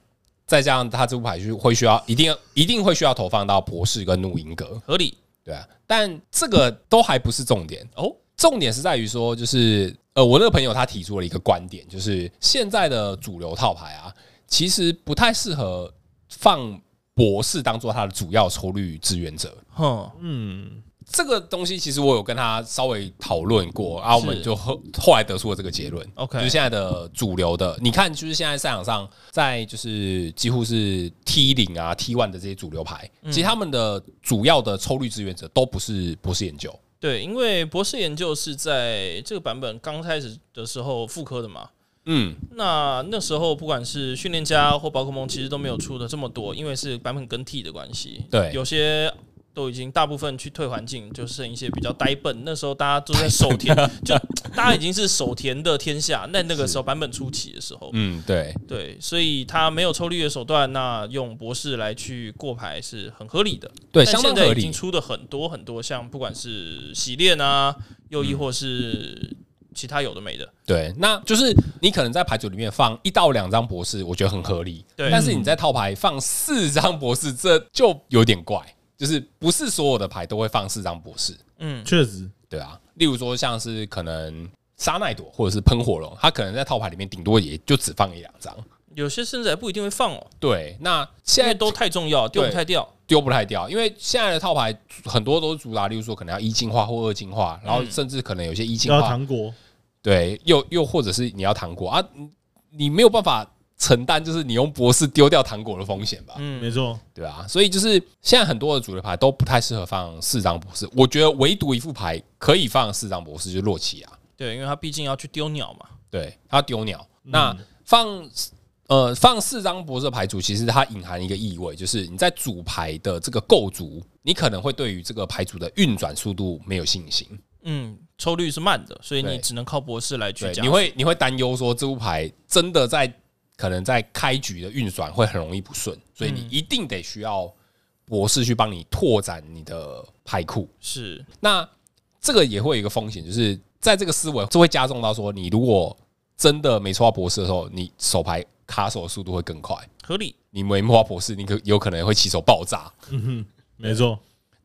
再加上它这副牌是会需要一定一定会需要投放到博士跟怒鹰格，合理对啊，但这个都还不是重点，哦，重点是在于说，就是呃，我那个朋友他提出了一个观点，就是现在的主流套牌啊，其实不太适合放博士当做他的主要抽率支援者，哼，嗯，这个东西其实我有跟他稍微讨论过啊，我们就后后来得出了这个结论。 OK 就是现在的主流的，你看，就是现在赛场上，在就是几乎是 T 零啊、T one 的这些主流牌，嗯其实他们的主要的抽率志愿者都不是博士研究，对，因为博士研究是在这个版本刚开始的时候复刻的嘛。嗯，那那时候不管是训练家或宝可梦，其实都没有出的这么多，因为是版本更替的关系。对有些都已经大部分去退环境，就剩一些比较呆笨。那时候大家都在手填， 就大家已经是手填的天下。那那个时候版本初期的时候，嗯，对，对，所以他没有抽绿的手段，那用博士来去过牌是很合理的。对，但相现当在合已经理。出的很多很多，像不管是洗练啊，又亦或嗯是其他有的没的，对，那就是你可能在牌组里面放一到两张博士，我觉得很合理。对但是你在套牌放四张博士，这就有点怪，就是不是所有的牌都会放四张博士，嗯，确实，对啊。例如说像是可能沙奈朵或者是喷火龙，它可能在套牌里面顶多也就只放一两张。有些甚至还不一定会放哦，对，那现因在为都都太重要，丢不太掉。丢不太掉，因为现在的套牌很多都是主打，例如说可能要一进化或二进化，然后甚至可能有些一进要化，糖果，对，又又或者是你要糖果啊，你你没有办法承担，就是你用博士丢掉糖果的风险吧，没嗯，错，对啊，所以就是现在很多的主流牌都不太适合放四张博士，我觉得唯独一副牌可以放四张博士，就是洛奇啊，对，因为他毕竟要去丢鸟嘛，对，他丢鸟，那放。呃，放四张博士的牌组，其实它隐含一个意味，就是你在组牌的这个构筑，你可能会对于这个牌组的运转速度没有信心。嗯，抽率是慢的，所以你对只能靠博士来去对，讲。你会你会担忧说这副牌真的在可能在开局的运转会很容易不顺，所以你一定得需要博士去帮你拓展你的牌库。是，那这个也会有一个风险，就是在这个思维就会加重到说，你如果真的没抽到博士的时候，你手牌卡手的速度会更快。合理，你没摸到博士，你可有可能会起手爆炸。嗯哼，没错，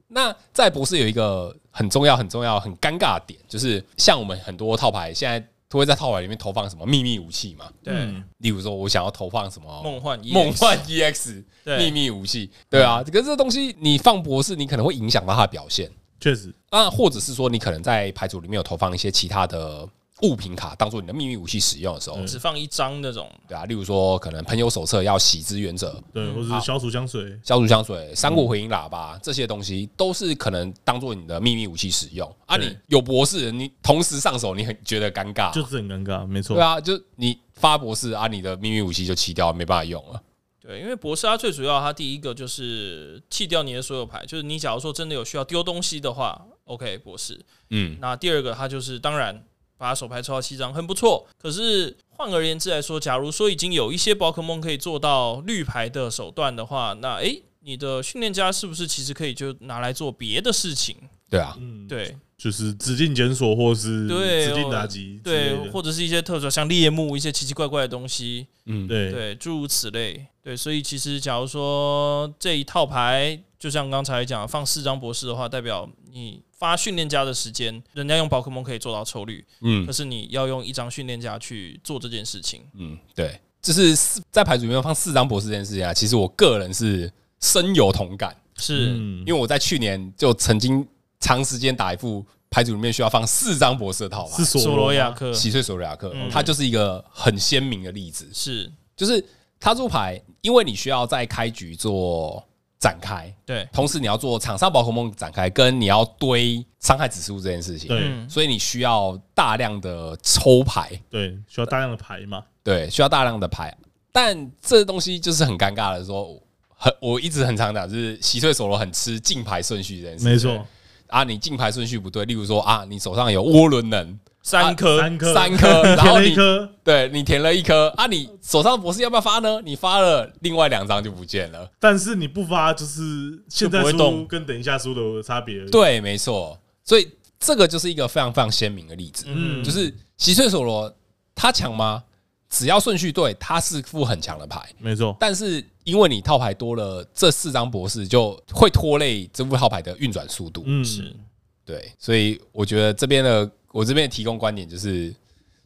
那在博士有一个很重要、很重要、很尴尬的点，就是像我们很多套牌现在都会在套牌里面投放什么秘密武器嘛，对，例如说我想要投放什么梦幻 EX 嗯梦幻 E EX 对秘密武器，对啊，可是这东西你放博士，你可能会影响到它的表现。确实，啊，或者是说你可能在牌组里面有投放一些其他的物品卡，当做你的秘密武器使用的时嗯候，只放一张那种，对啊，例如说可能朋友手册要洗支援者、对，嗯或好是消除香水，消毒香水、三国回音喇叭这些东西，都是可能当做你的秘密武器使用啊。对你有博士，你同时上手，你很觉得尴尬，就是很尴尬，没错对，啊，就你发博士啊，你的秘密武器就弃掉，没办法用了。对，因为博士它最主要，它第一个就是弃掉你的所有牌，就是你假如说真的有需要丢东西的话，OK，博士。嗯，那第二个，它就是当然把手牌抽到七张很不错，可是换而言之来说，假如说已经有一些宝可梦可以做到绿牌的手段的话，那诶、你的训练家是不是其实可以就拿来做别的事情？对啊，嗯，，对就是指定检索或是对指定打击之类对的，，或者是一些特殊像猎木一些奇奇怪怪的东西，嗯，对，对，诸如此类。对，所以其实假如说这一套牌，就像刚才讲，放四张博士的话，代表你发训练家的时间，人家用宝可梦可以做到抽率，嗯可是你要用一张训练家去做这件事情。嗯，对，就是四在牌组里面放四张博士这件事情啊，其实我个人是深有同感。是，嗯因为我在去年就曾经长时间打一副牌组里面需要放四张博士的套牌是，索索罗罗啊亚亚，克洗碎索罗亚克嗯，它就是一个很鲜明的例子，是就是它这副牌，因为你需要在开局做展开，对，同时你要做场上宝可梦展开，跟你要堆伤害指数这件事情，对嗯，所以你需要大量的抽牌，对，需要大量的牌嘛，对，需要大量的牌，但这东西就是很尴尬的说。很，我一直很常讲，就是洗碎索罗很吃竞牌顺序这件事情。没错，啊，你进牌顺序不对，例如说啊，你手上有涡轮能呃三颗、三颗，三 颗，然填后了一你颗，对你填了一颗啊，你手上博士要不要发呢？你发了，另外两张就不见了。但是你不发，就是现在就不会输动跟等一下输的差别而已，对，没错，所以这个就是一个非常非常鲜明的例子，嗯就是洗碎索罗他强吗？只要顺序对，他是副很强的牌，没错，但是因为你套牌多了这四张博士，就会拖累这副套牌的运转速度。嗯，是，对，所以我觉得这边的我这边提供观点就是，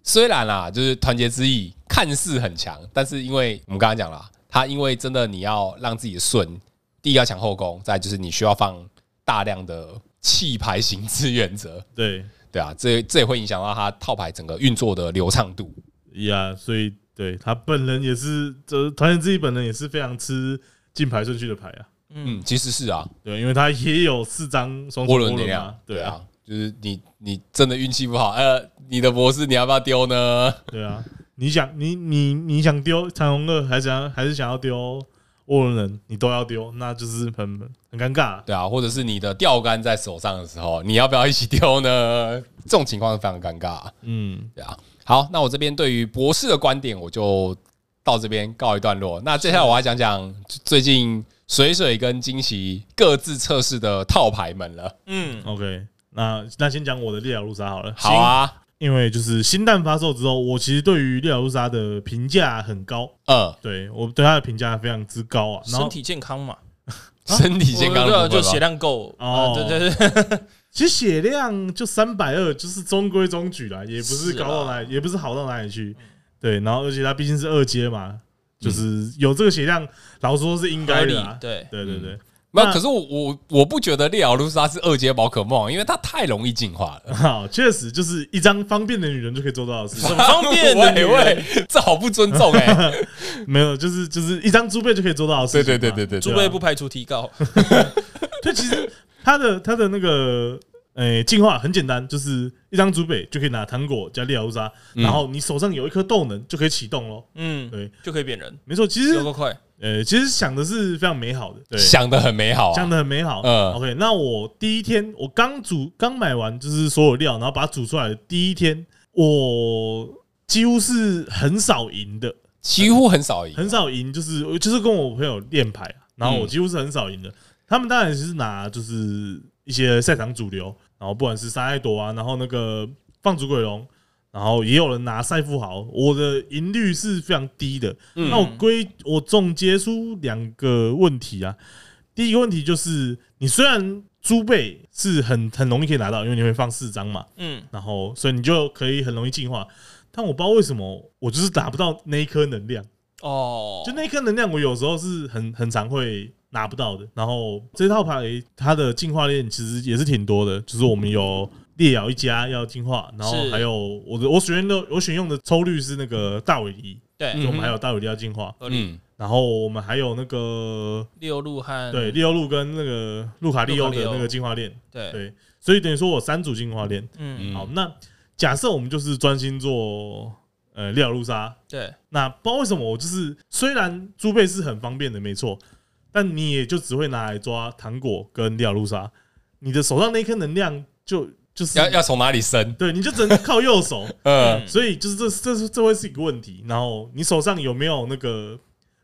虽然啦，就是团结之意看似很强，但是因为我们刚刚讲了，他因为真的你要让自己顺，第一要抢后宫，再来就是你需要放大量的弃牌型志愿者，对对啊，这这也会影响到他套牌整个运作的流畅度。呀，所以对他本人也是，这团员自己本人也是非常吃进牌顺序的牌啊，嗯，嗯，其实是啊，对，因为他也有四张双涡重轮涡能轮量嘛，，对对啊，啊，就是你你真的运气不好，呃，你的博士你要不要丢呢？对啊，你想你你你想丢长虹二，还想还是想要丢涡轮人，你都要丢，那就是很很尴尬。对啊，或者是你的钓竿在手上的时候，你要不要一起丢呢？这种情况是非常尴尬、嗯，对啊，好，那我这边对于博士的观点，我就到这边告一段落。那接下来我要讲讲最近水水跟惊喜各自测试的套牌们了。嗯， OK，那那先讲我的猎鸟路杀好了。好啊，因为就是新蛋发售之后，我其实对于猎鸟路杀的评价很高，啊呃，对我对它的评价非常之高啊。然身后体健康嘛，身体健康我的部就分血吧量够哦哦，对对对，其实血量就三百二，就是中规中矩啦，也不是是高到啦嗯哪里，也不是好到哪里去。对，然后而且它毕竟是二阶嘛，就是有这个血量，老实说是应该嗯合的理啦。对，对啊对对，没有，那可是我我我不觉得利奥露莎是二阶宝可梦，因为它太容易进化嗯了。好，确实就是一张方便的女人就可以做到的事情，很方便的 女喂人，喂，这好不尊重哎、 没有，就是就是一张猪背就可以做到的事情对嘛。对对对对猪对，啊背不排除提高，就其实它的它的那个诶进化很简单，就是一张竹北就可以拿糖果加利亚乌沙，嗯然后你手上有一颗豆能就可以启动咯。嗯，对，就可以变人，没错，其实有够快，呃其实想的是非常美好的，对，想的很美好、想啊。的很美好。嗯 OK，那我第一天我刚煮刚买完就是所有料，然后把它煮出来的第一天，我几乎是很少赢的。几乎很少赢，啊很少赢，就是我就是跟我朋友练牌啊，然后我嗯几乎是很少赢的。他们当然是拿就是一些赛场主流，然后不管是沙爱朵啊，然后那个放逐鬼龙，然后也有人拿赛富豪，我的赢率是非常低的。嗯那我归我总结出两个问题啊，第一个问题就是你虽然猪背是很很容易可以拿到，因为你会放四张嘛，嗯，然后所以你就可以很容易进化。但我不知道为什么，我就是达不到那一颗能量。哦，就那一颗能量，我有时候是很很常会拿不到的。然后这套牌它的进化链其实也是挺多的，就是我们有猎咬一家要进化，然后是还有我的我选用的我选用的抽率是那个大尾狸，对就我们嗯哼还有大尾狸要进化，合理，嗯，然后我们还有那个六路和对利欧路跟那个路卡利欧的那个进化链，对，对，所以等于说我三组进化链。嗯嗯，好，那假设我们就是专心做呃猎咬路杀，对，那不知道为什么，我就是虽然猪背是很方便的，没错，但你也就只会拿来抓糖果跟廖路莎，你的手上那一颗能量就就是要要从哪里生？对，你就只能靠右手，呃，嗯，所以就是这这是这会是一个问题。然后你手上有没有那个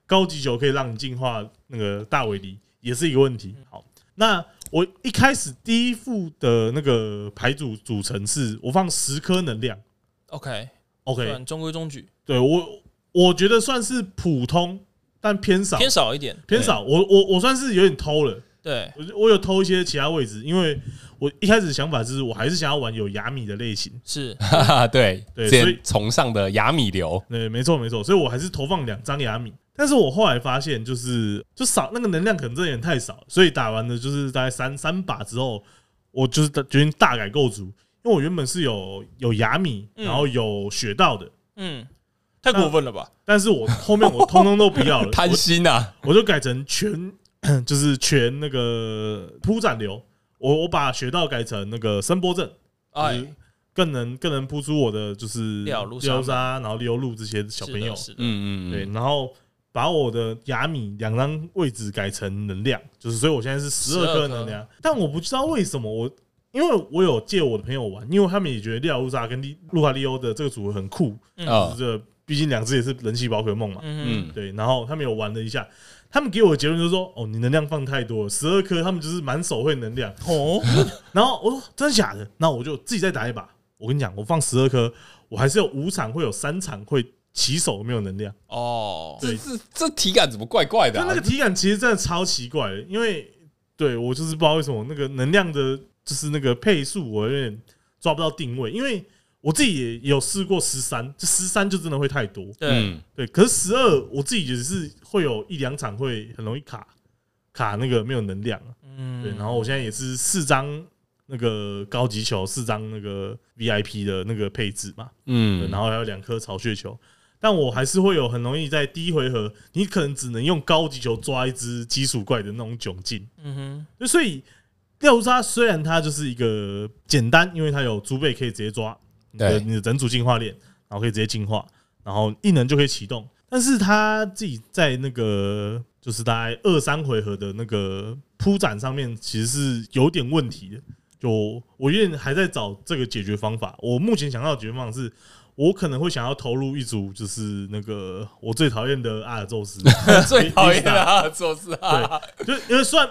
高级球可以让你进化那个大尾狸，也是一个问题。嗯好，那我一开始第一副的那个牌组组成是我放十颗能量 OK， ，OK，算中规中矩，对我，我觉得算是普通，但偏少，偏少一点，偏少。我我我算是有点偷了，对，我我有偷一些其他位置，因为我一开始想法是我还是想要玩有雅米的类型。是，哈哈， 对，对之所以前崇尚的雅米流，对，没错没错，所以我还是投放两张雅米。但是我后来发现，就是就少那个能量可能真的有点太少，所以打完的就是大概三三把之后，我就是决定大改构筑，因为我原本是有有雅米，嗯然后有雪道的，嗯，太过分了吧？但是我后面我通通都不 要了，贪我心啊呐，我就改成全， 就是全那个铺展流。我我把学道改成那个声波阵，哎，更能更能扑出我的就是廖路沙廖沙，然后溜路这些小朋友。是的，是的嗯嗯，对，嗯，然后把我的雅米两张位置改成能量，就是所以我现在是十二颗12颗能量，但我不知道为什么我。因为我有借我的朋友玩，因为他们也觉得廖路沙跟利路卡利欧的这个组合很酷，就啊哦是，这毕竟两只也是人气宝可梦嘛。嗯嗯，对，然后他们有玩了一下，他们给我的结论就是说，哦，你能量放太多了，十二颗，他们就是满手会能量。哼，哦，然后我说真的假的？那我就自己再打一把。我跟你讲，我放十二颗，我还是有五场会有三场会起手没有能量，哦，这对这这体感怎么怪怪的但啊那个？体感其实真的超奇怪的，因为对我就是不知道为什么那个能量的，就是那个配速我有点抓不到定位，因为我自己也有试过十三，这十三就真的会太多。对，嗯对，可是十二我自己也是会有一两场会很容易卡卡那个没有能量啊，嗯对，然后我现在也是四张那个高级球，四张那个 VIP 的那个配置嘛，对，嗯，然后还有两颗巢穴球，但我还是会有很容易在第一回合，你可能只能用高级球抓一只基础怪的那种窘境，嗯哼，就所以廖沙虽然它就是一个简单，因为它有猪背可以直接抓，你的对你的整组进化链，然后可以直接进化，然后异能就可以启动，但是它自己在那个。就是大概二三回合的那个铺展上面，其实是有点问题的。就我有点还在找这个解决方法。我目前想到的解决方法是，我可能会想要投入一组，就是那个我最讨厌的阿尔宙斯。 最讨厌的阿尔宙斯啊！对，就因为算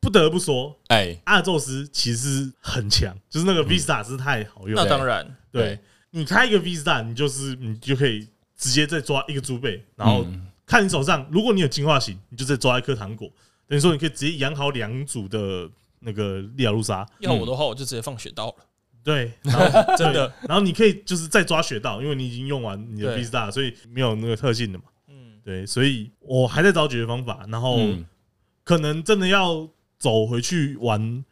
不得不说，哎，阿尔宙斯其实很强，就是嗯那个 Vista 是太好用那了。当然，对你开一个 Vista，你就是你就可以直接再抓一个猪背，然后嗯看你手上，如果你有进化型，你就再抓一颗糖果。等于说你可以直接养好两组的那个利亚路莎，要我的话，我就直接放雪道了，对，然后嗯真的。对然后你可以就是再抓雪道，因为你已经用完你的对 Vista，所以没有那个特性了嘛。嗯，对，所以我还在找解决方法，然后嗯可能真的要走回去玩，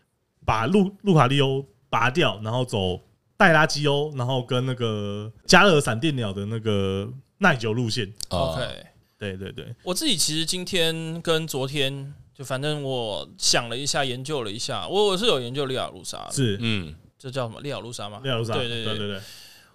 把路路卡利欧拔掉，然后走戴拉基欧，然后跟那个加勒闪电鸟的那个耐久路线。哦，OK。对对对，我自己其实今天跟昨天，就反正我想了一下，研究了一下，我我是有研究利亚鲁莎的，是嗯这叫什么利亚鲁莎吗？利亚路上，对啊对对对对，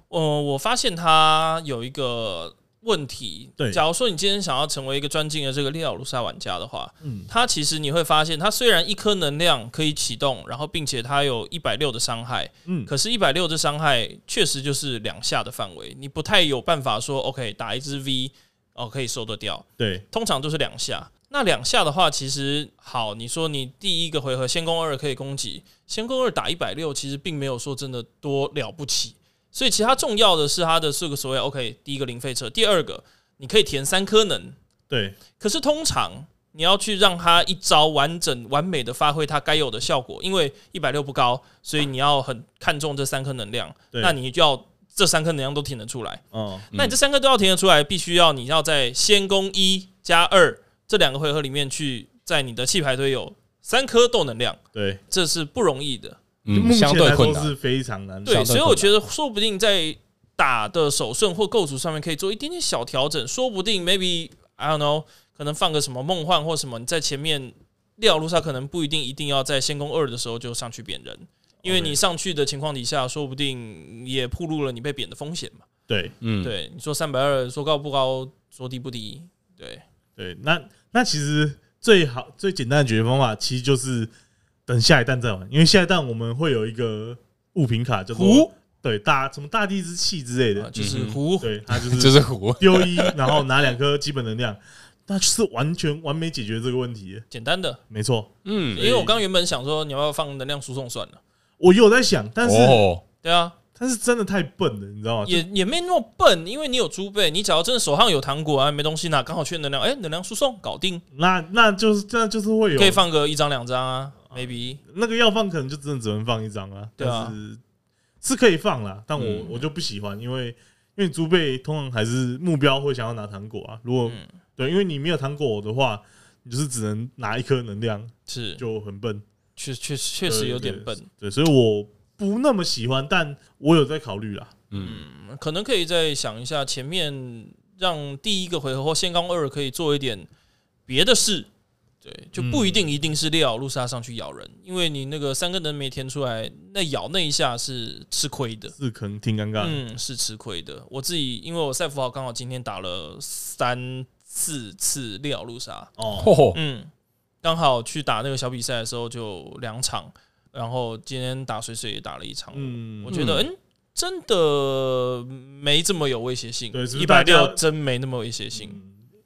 呃，我发现它有一个问题。对假如说你今天想要成为一个专精的这个利奥鲁萨玩家的话，嗯，它其实你会发现，它虽然一颗能量可以启动，然后并且它有一百六的伤害，嗯可是，一百六这伤害确实就是两下的范围，你不太有办法说 OK 打一支 V 哦可以收得掉，对通常都是两下。那两下的话，其实好，你说你第一个回合先攻二可以攻击，先攻二打一百六，其实并没有说真的多了不起。所以其他重要的是它的这个所谓 OK，第一个零费车，第二个你可以填三颗能，对可是通常你要去让它一招完整完美的发挥它该有的效果，因为一百六不高，所以你要很看重这三颗能量，对那你就要这三颗能量都填得出来。哦，那你这三个都要填得出来，必须要你要在先攻一加二这两个回合里面去，在你的弃牌堆有三颗豆能量，对，这是不容易的。目嗯，前相对来困说难是非常难。对，相对所以困我觉得说不定在打的手顺或构筑上面可以做一点点小调整，说不定 maybe I don't know，可能放个什么梦幻或什么，你在前面廖路萨可能不一定一定要在先攻二的时候就上去扁人，因为 OK 你上去的情况底下，说不定也暴露了你被扁的风险嘛。对嗯，对，你说三百二，说高不高，说低不低，对，对，那那其实最好最简单的解决方法，其实就是等下一弹再玩，因为下一弹我们会有一个物品卡叫做胡对大什么大地之气之类啊的，就是嗯哼胡，对，它就 就是是虎，丢一， 然后拿两颗基本能量，那就是完全完美解决这个问题的。简单的，没错，嗯因，为我刚原本想说你要不要放能量输送算了，我有在想，但是、哦，对啊，但是真的太笨了，你知道吗？也也没那么笨，因为你有猪背，你只要真的手上有糖果啊，没东西拿，刚好缺能量，哎，能量输送搞定，那那就是那就是会有可以放个一张两张啊，maybe，那个要放，可能就真的只能放一张啊。对啊但是是可以放啦，但我、嗯我就不喜欢，因为因为猪背通常还是目标会想要拿糖果啊。如果、嗯对，因为你没有糖果的话，你就是只能拿一颗能量，是就很笨。确确确实有点笨，对，所以我不那么喜欢，但我有在考虑啦。嗯，嗯可能可以再想一下前面让第一个回合或先刚二可以做一点别的事。对，就不一定一定是猎咬路杀上去咬人，因为你那个三个人没填出来，那咬那一下是吃亏的。是可能挺尴尬的。嗯，是吃亏的。我自己因为我赛福号刚好今天打了三四次利奥路杀，哦，嚯，嗯，刚好去打那个小比赛的时候就两场，然后今天打水水也打了一场，嗯我觉得嗯嗯。真的没这么有威胁性，对是不一是百大家嗯六真没那么威胁性。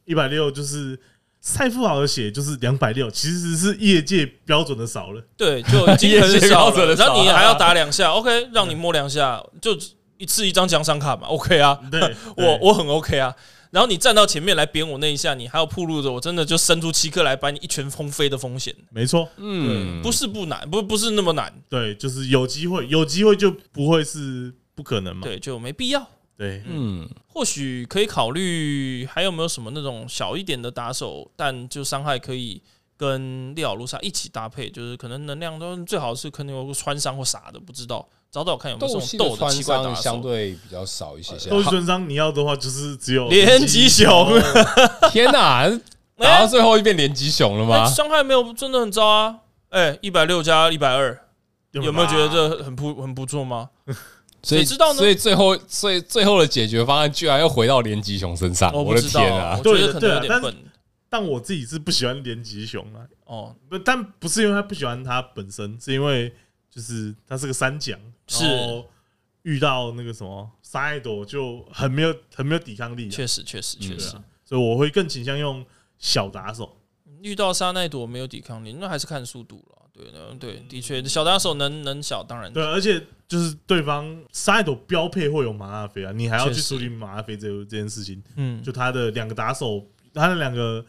一百六就是赛富豪的血就是两百六，其实是业界标准的少了。对，就已 经也很是少标准了。的然后你少啊还要打两下，OK，让你摸两下，就一次一张奖赏卡嘛，OK 啊，对， 我对我很 OK 啊。然后你站到前面来扁我那一下，你还要铺路着，我真的就伸出七颗来把你一拳轰飞的风险。没错，嗯，不是不难，不不是那么难，对，就是有机会，有机会就不会是不可能嘛。对，就没必要。对，嗯，或许可以考虑还有没有什么那种小一点的打手，但就伤害可以跟利奥路莎一起搭配，就是可能能量都最好是可能有穿伤或啥的，不知道找找看有没有斗这气种的斗的穿奇怪伤打相手。对比较少一些些。都是好尊商，你要的话就是只有连击熊， 天哪，打到最后一变连击熊了哎吗？伤害没有真的很糟啊！哎，一百六加一百二，有没有觉得这很不很不错吗？所以谁知道呢所以最后，所以最后的解决方案居然又回到连击熊身上，我我不的知道天啊！哦我觉对得的可对能啊有点但是笨。但我自己是不喜欢连吉雄啊，哦，不，但不是因为他不喜欢他本身，是因为就是他是个三奖，是然后遇到那个什么沙爱朵就很没有很没有抵抗力啊、确实确实确对实啊，所以我会更倾向用小打手。遇到沙奈朵没有抵抗力，那还是看速度了。对的对，的确小打手能能小，当然对，啊而且就是对方沙爱朵标配会有马拉菲啊，你还要确去实处理马拉菲这这件事情。嗯就他的两个打手，他的两个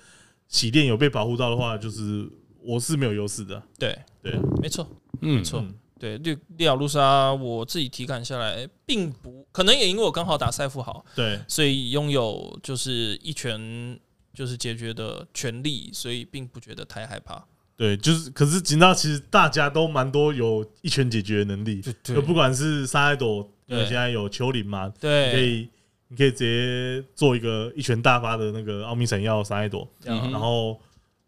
洗练有被保护到的话，就是我是没有优势的啊。对对啊，没错嗯没，错嗯。对利利奥路莎，我自己体感下来，并不可能也因为我刚好打赛富好，对，所以拥有就是一拳就是解决的权利，所以并不觉得太害怕。对，就是，可是警察其实大家都蛮多有一拳解决的能力，就不管是沙埃朵，因为对现在有丘陵嘛，你可对，以你可以直接做一个一拳大发的那个奥秘闪耀沙埃朵，啊嗯哼然后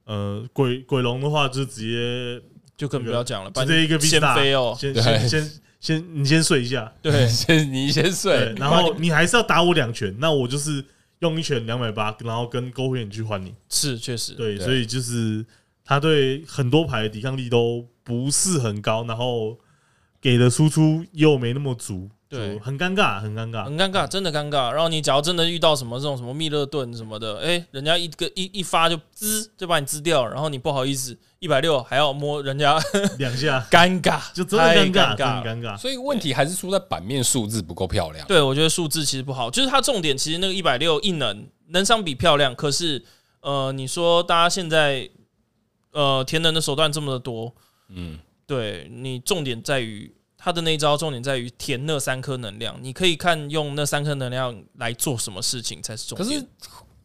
呃鬼鬼龙的话就直就更不要讲了，接直接一个 V 先大，飞 哦。先对先先先你先睡一下，对， 先你先睡对，，然后你还是要打我两拳，那我就是用一拳两百八，然后跟勾魂眼去换你。是确实，对，对所以就是他对很多牌的抵抗力都不是很高，然后给的输出又没那么足，对就很尴尬，很尴尬。很尴尬，真的尴尬。然后你假如真的遇到什么这种什么密勒顿什么的，哎、人家一个一一发就滋就把你滋掉，然后你不好意思，一百六还要摸人家， 两下尴尬，就真的尴太尬，真尬了。的尴尬。所以问题还是出在版面数字不够漂亮。对，我觉得数字其实不好，就是它重点其实那个一百六一能能上比漂亮，可是呃，你说大家现在呃填能的手段这么的多，嗯，对你重点在于他的那一招，重点在于填那三颗能量，你可以看用那三颗能量来做什么事情才是重可点。是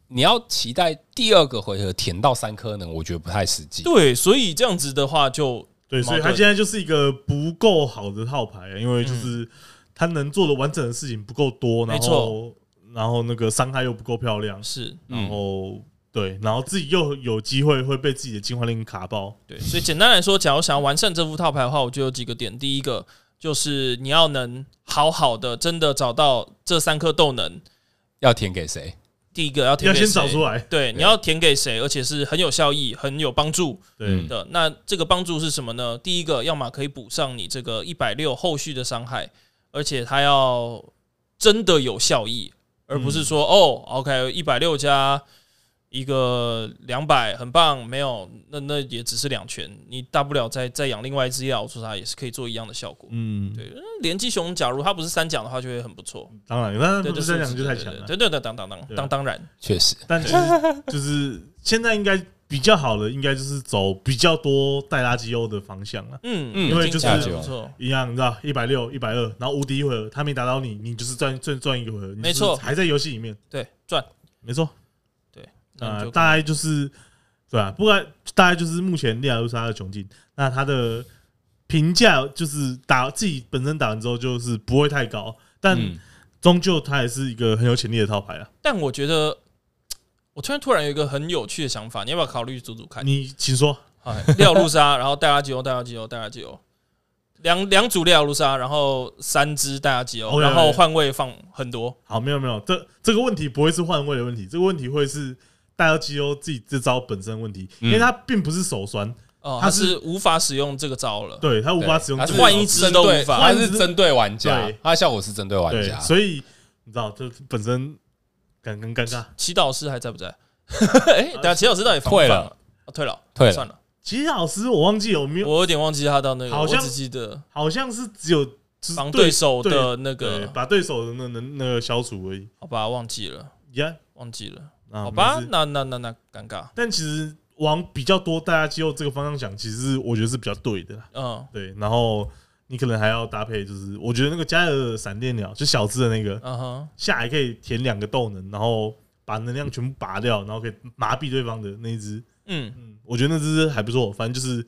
你要期待第二个回合填到三颗能，我觉得不太实际。对，所以这样子的话就对，所以他矛盾现在就是一个不够好的套牌，因为就是他能做的完整的事情不够多，然嗯没后错然后那个伤害又不够漂亮，是然后对，然后自己又有机会会被自己的进化令卡爆。对，所以简单来说，假如想要完善这副套牌的话，我就有几个点。第一个就是你要能好好的真的找到这三颗豆能，要填给谁？第一个要要填给先找谁出来，对，你要填给谁，而且是很有效益、很有帮助对嗯的。那这个帮助是什么呢？第一个，要么可以补上你这个一百六后续的伤害，而且它要真的有效益，而不是说、嗯哦，OK，一百六加一个两百，很棒，没有，那那也只是两拳，你大不了再再养另外一只药出它，也是可以做一样的效果。嗯，对，连击熊假如它不是三奖的话，就会很不错。当然，那对不对是这对样就太强了。对对对，当当当对啊当当然，确实， 但其实就是现在应该比较好的，应该就是走比较多带垃圾欧的方向了。嗯嗯因为听就是起来不错。一样，你知道，一百六、一百二，然后无敌一回合，他没打到你，你就是赚赚赚一个回合，你就是没错还在游戏里面，对，赚。没错。那啊，就大概就是对啊，不然大概就是目前利亚路莎的窘境。那他的评价就是打自己本身打完之后就是不会太高，但嗯，终究他也是一个很有潜力的套牌啊。但我觉得，我突然突然有一个很有趣的想法，你要不要考虑组组看？你请说，哎廖路莎， 然后戴拉吉欧，戴拉吉欧，戴拉吉欧，哦两两组廖路莎，然后三只戴拉吉欧， OK，OK 哦然后换位放很多。好，没有没有，这这个问题不会是换位的问题，这个问题会是戴尔基欧自己这招本身的问题，嗯因为他并不是手酸，哦，他他是是无法使用这个招了。对他无法使用它这是个换一只都无法它是针对玩家对，它的效果是针对玩对家，。所以你知道这本身很很尴尬。祈祷师还在啊不在？ 哎，等下祈祷师到底放不退放了了？哦退了，退了算了。其实老师我忘记有没有，我有点忘记他到那个，好我像只记得好像是只有就是防对对手的那对个，把对手的那那那个消除而已。好吧，忘记了，呀、忘记了，啊好吧没事，那那那那尴尬，但其实往比较多大家肌肉这个方向想，其实我觉得是比较对的啦。嗯对，然后你可能还要搭配，就是我觉得那个加尔闪电鸟，就小只的那个，嗯哼，下还可以填两个豆能，然后把能量全部拔掉，然后可以麻痹对方的那一只。嗯。嗯，我觉得那只还不错，反正就是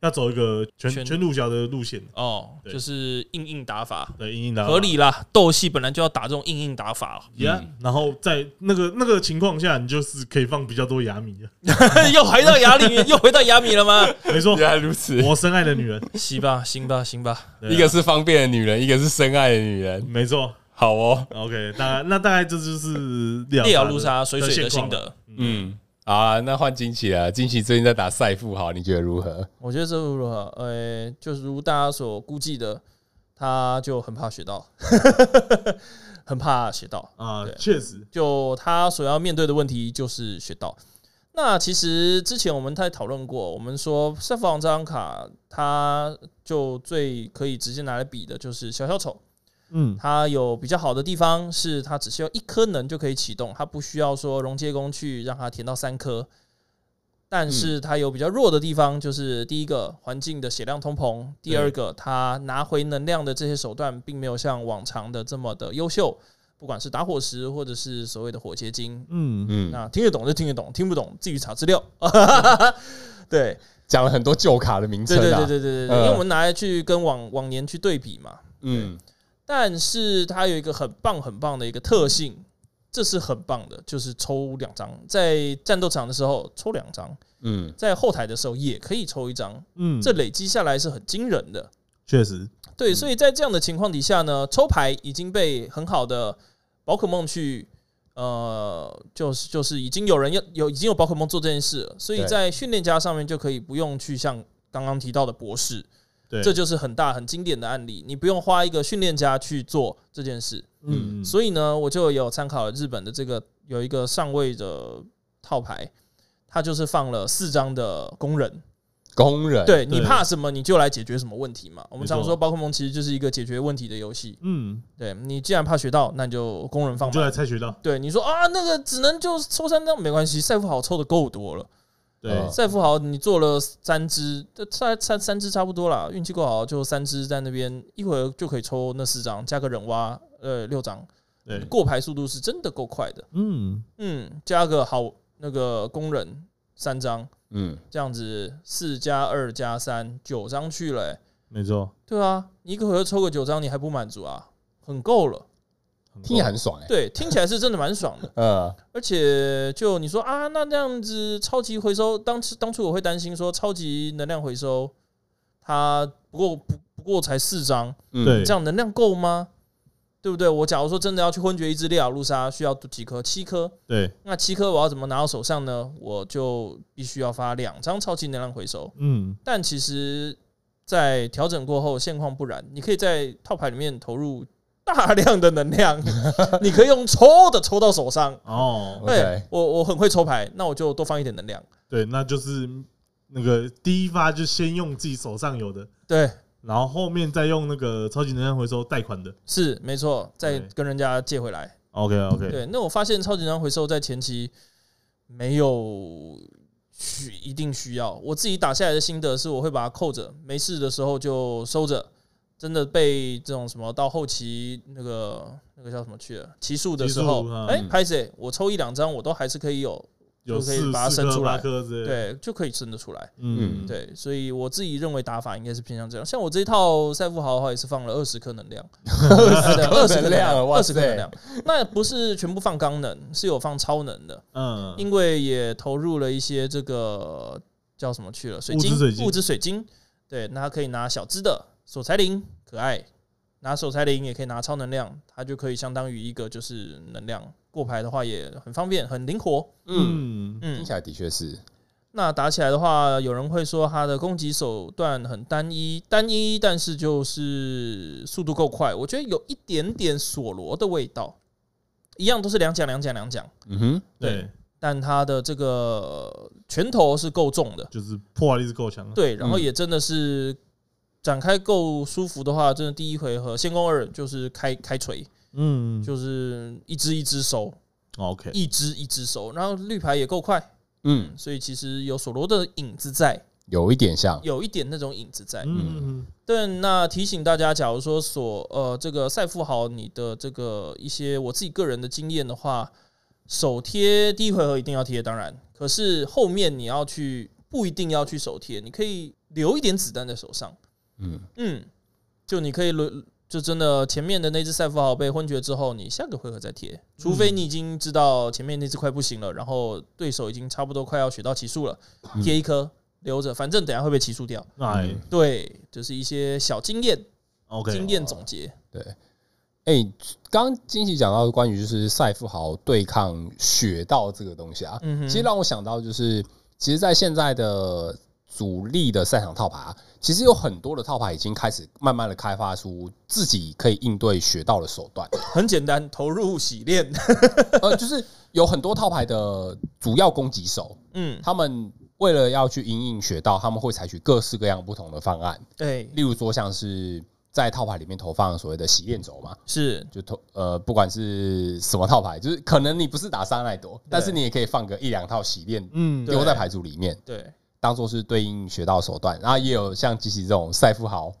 要走一个全全全路角的路线，哦，对啊就是硬硬打法，对，硬硬的合理啦。斗戏本来就要打这种硬硬打法， 呀。嗯然后在那个那个情况下，你就是可以放比较多雅米的，又回到雅里面，又回到雅米了吗？没错，来如此 我深爱的女人，行吧，行吧，行吧，对啊一个是方便的女人，一个是深爱的女人。没错。好哦， OK，大概那大概这就是利烈奥瑶路莎水水的心得，嗯，嗯，好啊，那换惊奇了。惊奇最近在打赛富好，你觉得如何？我觉得这如何？呃、就是如大家所估计的，他就很怕学到， 很怕学到。啊对，确实，就他所要面对的问题就是学到。那其实之前我们在讨论过，我们说赛弗昂这张卡，它就最可以直接拿来比的就是小小丑。嗯，它有比较好的地方是，它只需要一颗能就可以启动，它不需要说熔接工去让它填到三颗。但嗯是它有比较弱的地方，就是第一个环境的血量通膨，第二个它拿回能量的这些手段并没有像往常的这么的优秀，不管是打火石或者是所谓的火结晶。嗯，嗯，那听得懂就听得懂，听不懂自己查资 料。对，讲了很多旧卡的名称对对啊，对对对嗯对，因为我们拿来去跟往往年去对比嘛，嗯，但是它有一个很棒很棒的一个特性，这是很棒的，就是抽两张，在战斗场的时候抽两张，嗯在后台的时候也可以抽一张，嗯，这累积下来是很惊人的。确实，对，所以在这样的情况底下呢，抽牌已经被很好的宝可梦去，呃，就是就是已经有人要有已经有宝可梦做这件事了，所以对在训练家上面就可以不用去像刚刚提到的博士，对，这就是很大很经典的案例，你不用花一个训练家去做这件事。嗯，所以呢，我就有参考了日本的这个有一个上位的套牌，它就是放了四张的工人，工人，对你对怕什么你就来解决什么问题嘛。我们没错常说宝可梦其实就是一个解决问题的游戏，嗯，对你既然怕学到，那你就工人放你就吧。来猜学到，对你说啊，那个只能就抽三张没关系，赛富豪抽的够多了。对，嗯赛富豪你做了三只，这三三三只差不多啦，运气够好就三只在那边，一会儿就可以抽那四张，加个忍蛙，呃，六张，对，过牌速度是真的够快的。嗯，嗯，加个好那个工人三张，嗯，这样子四加二加三九张去了欸、没错，对啊，你一个回合抽个九张，你还不满足啊？很够了，很听起来很爽哎，。对，听起来是真的蛮爽的呃，而且就你说啊，那这样子超级回收，当时当初我会担心说超级能量回收，它不过不不过才四张，嗯对这样能量够吗？对不对？我假如说真的要去昏厥一只烈咬路鲨，需要几颗？七颗。对，那七颗我要怎么拿到手上呢？我就必须要发两张超级能量回收。嗯，但其实，在调整过后，现况不然，你可以在套牌里面投入大量的能量，你可以用抽的抽到手上。哦， OK 对，我我很会抽牌，那我就多放一点能量。对，那就是那个第一发就先用自己手上有的，对，然后后面再用那个超级能量回收贷款的。是没错，再对跟人家借回来。 OK OK，对，那我发现超级能量回收在前期没有需一定需要。我自己打下来的心得是，我会把它扣着，没事的时候就收着。真的被这种什么到后期那个那个叫什么去了奇数的时候奇数嗯，哎，拍谁？我抽一两张，我都还是可以有，有就可以四把它四生颗出来八颗之类的。对，就可以生得出来。嗯，嗯对，所以我自己认为打法应该是偏向这样。像我这一套赛富豪的话，也是放了二十颗能量，二十颗能能量量，哇二十颗塞能量。那不是全部放刚能，是有放超能的。嗯，因为也投入了一些这个叫什么去了水物晶质水晶物质水晶，对，那它可以拿小只的手裁灵，可爱，拿手裁灵也可以拿超能量，它就可以相当于一个就是能量过牌的话也很方便，很灵活，嗯，嗯，嗯听起，来的确是，那打起来的话，有人会说他的攻击手段很单一，单一，但是就是速度够快，我觉得有一点点索罗的味道，一样都是两讲两讲两讲。嗯哼，对，但他的这个拳头是够重的，就是破坏力是够强的。对，然后嗯也真的是展开够舒服的话，真的第一回合先攻二就是开开锤，嗯就是一只一只收， ，OK，一只一只收，然后绿牌也够快，嗯，所以其实有索罗的影子在，有一点哦像，有一点那种影子在。嗯，对，那提醒大家，假如说所呃这个赛富豪你的这个一些我自己个人的经验的话，手贴第一回合一定要贴，当然，可是后面你要去不一定要去手贴，你可以留一点子弹在手上，嗯，嗯，就你可以轮。嗯就真的前面的那只赛富豪被昏厥之后，你下个回合再贴，除非你已经知道前面那只快不行了，然后对手已经差不多快要血到奇数了，贴一颗留着，反正等一下会被奇数掉。那还嗯对，就是一些小经验。 OK，经验总结。对，哎、刚刚金喜讲到关于就是赛富豪对抗雪道这个东西啊，嗯哼其实让我想到就是，其实，在现在的主力的赛场套牌，啊其实有很多的套牌已经开始慢慢的开发出自己可以应对雪道的手 段，很简单，投入洗练。呃，就是有很多套牌的主要攻击手， 嗯，他们为了要去因应雪道，他们会采取各式各样不同的方案，对，例如说像是在套牌里面投放所谓的洗练轴嘛，是就投呃，不管是什么套牌，就是可能你不是打沙奈朵，但是你也可以放个一两套洗练嗯对丢在牌组里面，对，当做是对应学到手段。然后也有像吉喜这种赛富豪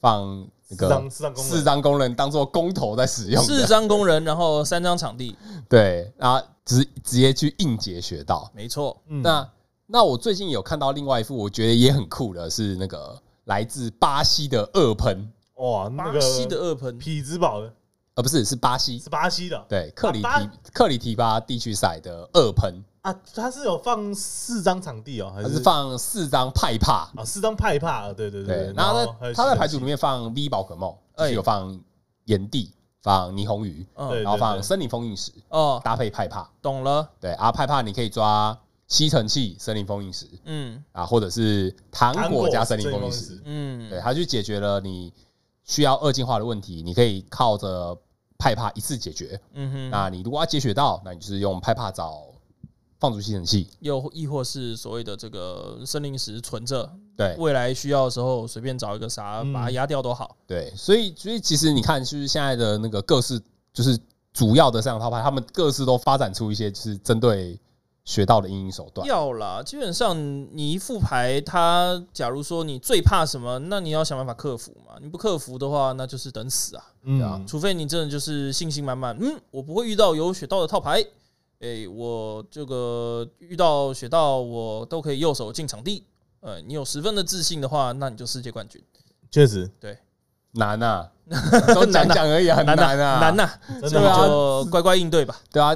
放那四张四张个工人四张工人当做工头在使用四的，张工人，然后三张场地，对，然后直直接去硬解学到。没错。嗯那那我最近有看到另外一副，我觉得也很酷的是那个来自巴西的恶喷，哇，那巴西的个二喷，匹兹堡的呃，不是是巴西是巴西的对克里啊提巴克里提巴地区赛的恶喷。啊，他是有放四张场地哦，还它是放四张派帕，啊四张派帕，对对对，然然后还有在他在西牌德组里西面放 V 宝可梦，就哎是有放炎帝、放霓虹鱼，对嗯，然后放森林封印石哦，搭配派帕。懂了。对啊，派帕你可以抓吸尘器、森林封印石嗯啊，或者是糖糖果果加是森林森林封印封印石石。嗯，对，它去解决了你需要二进化的问题，你可以靠着派帕一次解决。嗯哼，那你如果要解决到，那你就是用派帕找放逐吸尘器。又亦或是所谓的这个森林石存着，对，未来需要的时候随便找一个啥嗯把它压掉都好。对，所以所以其实你看，就是现在的那个各式，就是主要的三场套牌，他们各自都发展出一些就是针对学到的阴影手段。要啦，基本上你一副牌，它假如说你最怕什么，那你要想办法克服嘛。你不克服的话，那就是等死啊。嗯除非你真的就是信心满满，嗯，我不会遇到有雪道的套牌，诶、我这个遇到雪道我都可以右手进场地。呃，你有十分的自信的话，那你就世界冠军。确实难 啊，都讲讲而已，很难难啊，呐，难呐、真所的以吗就乖乖应对吧。对啊，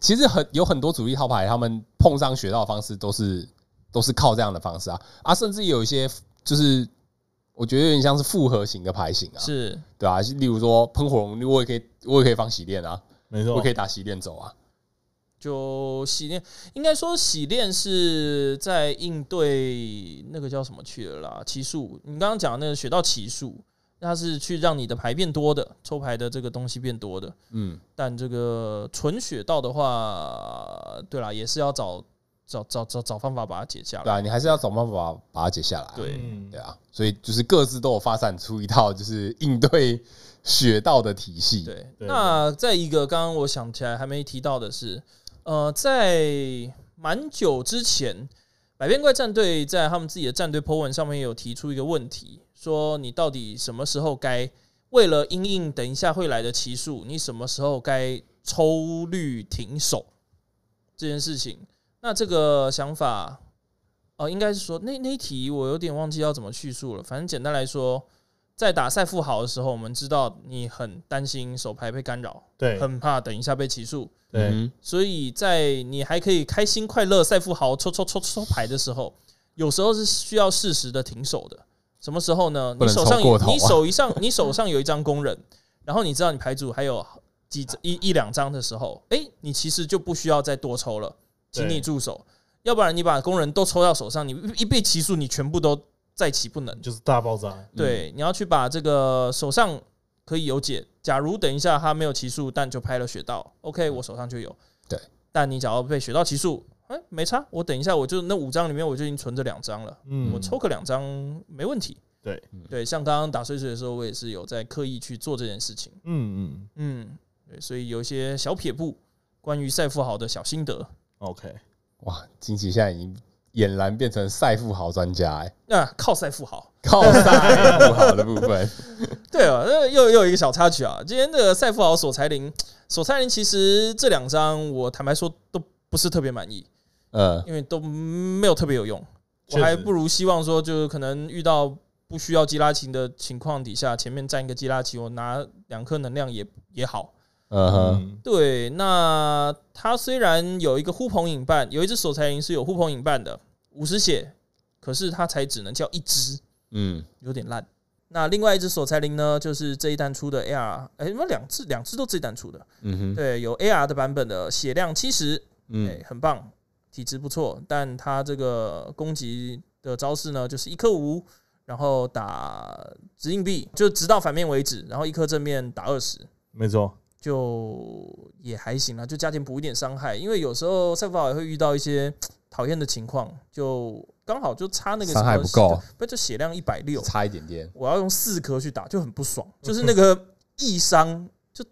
其实很有很多主力套牌，他们碰上学到的方式都是都是靠这样的方式啊啊，甚至有一些就是我觉得有点像是复合型的牌型啊，是，对啊，例如说喷火龙，我也可以我也可以放洗练啊，没我错也可，以打洗练走啊，就洗练，应该说洗练是在应对那个叫什么去了啦？奇数，你刚刚讲的那个学到奇数，它是去让你的牌变多的，抽牌的这个东西变多的。嗯，但这个纯血道的话，对啦，也是要找找找找找方法把它解下对来。啊，你还是要找办法把它解下来啊。对嗯对啊，所以就是各自都有发展出一套就是应对雪道的体系。对，对那再一个，刚刚我想起来还没提到的是，呃，在蛮久之前，百变怪战队在他们自己的战队 po 文上面有提出一个问题，说你到底什么时候该为了因应等一下会来的奇数，你什么时候该抽绿停手这件事情？那这个想法，呃，应该是说那那一题我有点忘记要怎么叙述了，反正简单来说。在打赛富豪的时候，我们知道你很担心手牌被干扰，对很怕等一下被起诉，对，嗯所以在你还可以开心快乐赛富豪抽抽抽抽牌的时候，有时候是需要适时的停手的。什么时候呢？不你能手上抽过有头啊你手一上 你手上有一张工人，然后你知道你牌组还有几一一两张的时候，诶，你其实就不需要再多抽了，请你对住手，要不然你把工人都抽到手上，你一一被起诉，你全部都再起不能。就是大爆炸，嗯对，你要去把这个手上可以有解。假如等一下他没有骑术，但就拍了雪道，OK，我手上就有。对，但你假如被雪道骑术，哎、没差，我等一下我就那五张里面我就已经存着两张了，嗯我抽个两张没问题。对对，像刚刚打碎碎的时候，我也是有在刻意去做这件事情。嗯嗯嗯，对，所以有一些小撇步，关于赛富豪的小心得。 ，OK，哇，金奇现在已经俨然变成赛富豪专家、欸，那、靠赛富豪，靠赛富豪的部分。对啊，那又又有一个小插曲啊。今天的赛富豪索财林，索财林其实这两张我坦白说都不是特别满意，呃，因为都没有特别有用。确我实还不如希望说，就是可能遇到不需要基拉琴的情况底下，前面站一个基拉琴，我拿两颗能量也也好。嗯哼，嗯对，那它虽然有一个呼朋引伴，有一只索财林是有呼朋引伴的，五十血，可是它才只能叫一只，嗯，有点烂。那另外一只索才灵呢，就是这一弹出的 AR，哎，有没有两次？两次都这一弹出的，嗯哼，对，有 AR 的版本的血量七十，哎嗯，很棒，体质不错，但它这个攻击的招式呢，就是一颗无，然后打直硬币，就直到反面为止，然后一颗正面打二十，没错，就也还行啦，就加减补一点伤害，因为有时候赛弗尔也会遇到一些讨厌的情况，就刚好就差那个伤害什么不够，不就血量一百六，差一点点，我要用四颗去打，就很不爽，就是那个易伤，就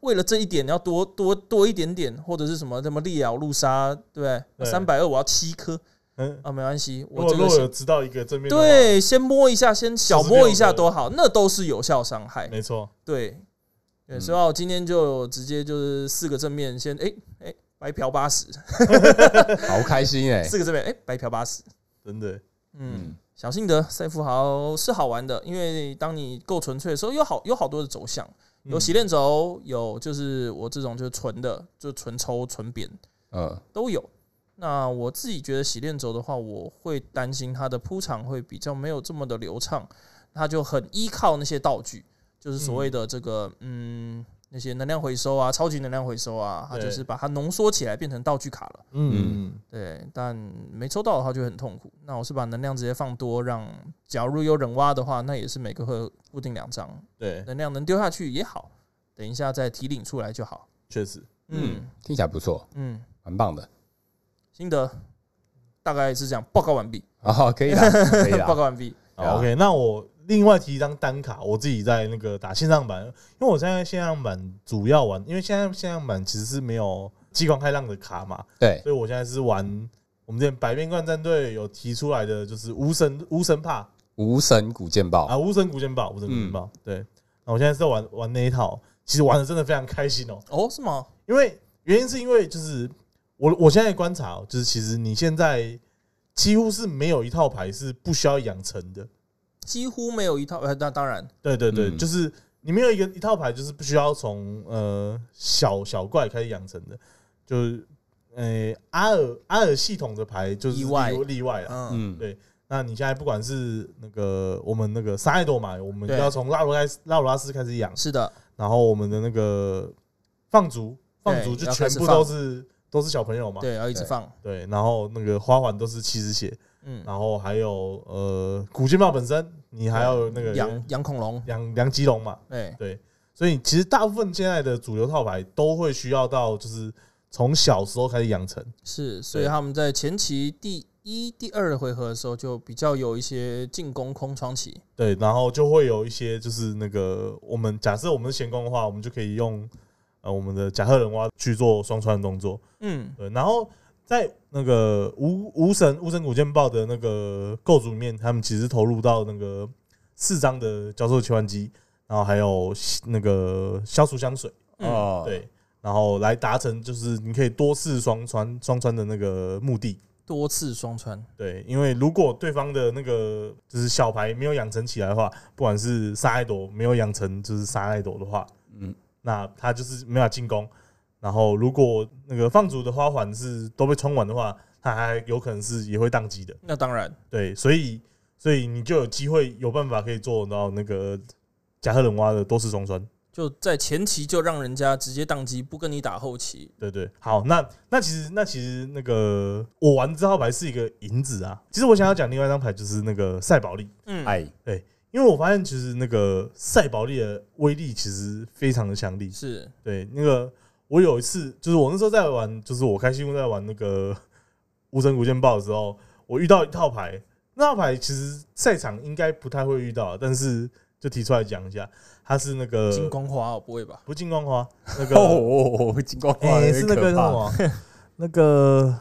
为了这一点你要多多多一点点，或者是什么什么烈咬路杀，对不对？对三百二我要七颗嗯，啊，没关系，如我果这如个果是有知道一个正面的话，对，先摸一下，先小46摸一下个都好，那都是有效伤害，没错，对，对，嗯所以啊我今天就直接就是四个正面先，哎、哎、白嫖八十，好开心哎、四个正面，哎、白嫖八十，真的嗯嗯，小心得赛富豪是好玩的，因为当你够纯粹的时候，有好有好多的走向，有洗练，练轴，有就是我这种就是纯的，就纯抽纯扁嗯，都有。那我自己觉得洗练轴的话，我会担心它的铺场会比较没有这么的流畅，它就很依靠那些道具，就是所谓的这个嗯那些能量回收啊、超级能量回收啊，它就对是把它浓缩起来变成道具卡了。嗯，对，但没抽到的话就很痛苦。那我是把能量直接放多，让假如有忍挖的话，那也是每个会固定两张，对，能量能丢下去也好，等一下再提领出来就好。确实，嗯听起来不错，嗯，蛮棒的。心得大概是这样，报告完毕，哦，可以啦，可以报啦。告完毕。好对啊 OK，那我另外提一张单卡，我自己在那个打线上版，因为我现在线上版主要玩，因为现在线上版其实是没有激光开浪的卡嘛，对，所以我现在是玩我们这百变怪战队有提出来的，就是无神无神帕无神古剑豹，啊，无神古剑宝，无神古剑宝，对。那我现在是在玩玩那一套，其实玩的真的非常开心哦、哦，是吗？因为原因是因为就是我我现在观察哦，就是其实你现在几乎是没有一套牌是不需要养成的。几乎没有一套，呃，那当然，对对对，嗯就是你没有一个一套牌，就是不需要从呃小小怪开始养成的，就是呃阿尔阿尔系统的牌就是例外例外了。嗯，嗯，对那你现在不管是那个我们那个沙爱多嘛，我们对要从拉罗开始拉罗拉斯开始养，是的，然后我们的那个放逐放逐对就要全开始部放都是都是小朋友嘛，对，要一直对放，对，然后那个花环都是七十血，嗯，然后还有呃古剑豹本身，你还有那个养养恐龙，哎养养吉龙嘛，对，所以其实大部分现在的主流套牌都会需要到就是从小时候开始养成，是，所以对他们在前期第一、第二回合的时候就比较有一些进攻空窗期，对，然后就会有一些就是那个我们假设我们是闲工的话，我们就可以用呃我们的甲贺人蛙去做双穿的动作，嗯，对，然后在那个无无神无神古剑豹的那个构筑里面，他们其实投入到那个四张的教授切换机，然后还有那个消除香水，嗯，哦，对，然后来达成就是你可以多次双穿双穿的那个目的。多次双穿，对，因为如果对方的那个就是小牌没有养成起来的话，不管是杀爱朵没有养成就是杀爱朵的话，嗯嗯，那他就是没法进攻。然后如果那个放逐的花环是都被冲完的话，他还有可能是也会宕机的。那当然，对，所以所以你就有机会有办法可以做到那个加贺冷蛙的多次双穿。就在前期就让人家直接宕机，不跟你打后期，对对，好，那那其实那其实那个我玩这套牌是一个银子啊。其实我想要讲另外一张牌就是那个赛宝利，嗯，哎，因为我发现其实那个赛宝利的威力其实非常的强力。是，对，那个我有一次就是我那时候在玩，就是我开心公在玩那个无声古剑豹的时候，我遇到一套牌，那套牌其实赛场应该不太会遇到，但是就提出来讲一下，它是那个金光花哦，不会吧？不进光花 那哦个哦哦，金光花哎、是有那个叫什点可怕么？那个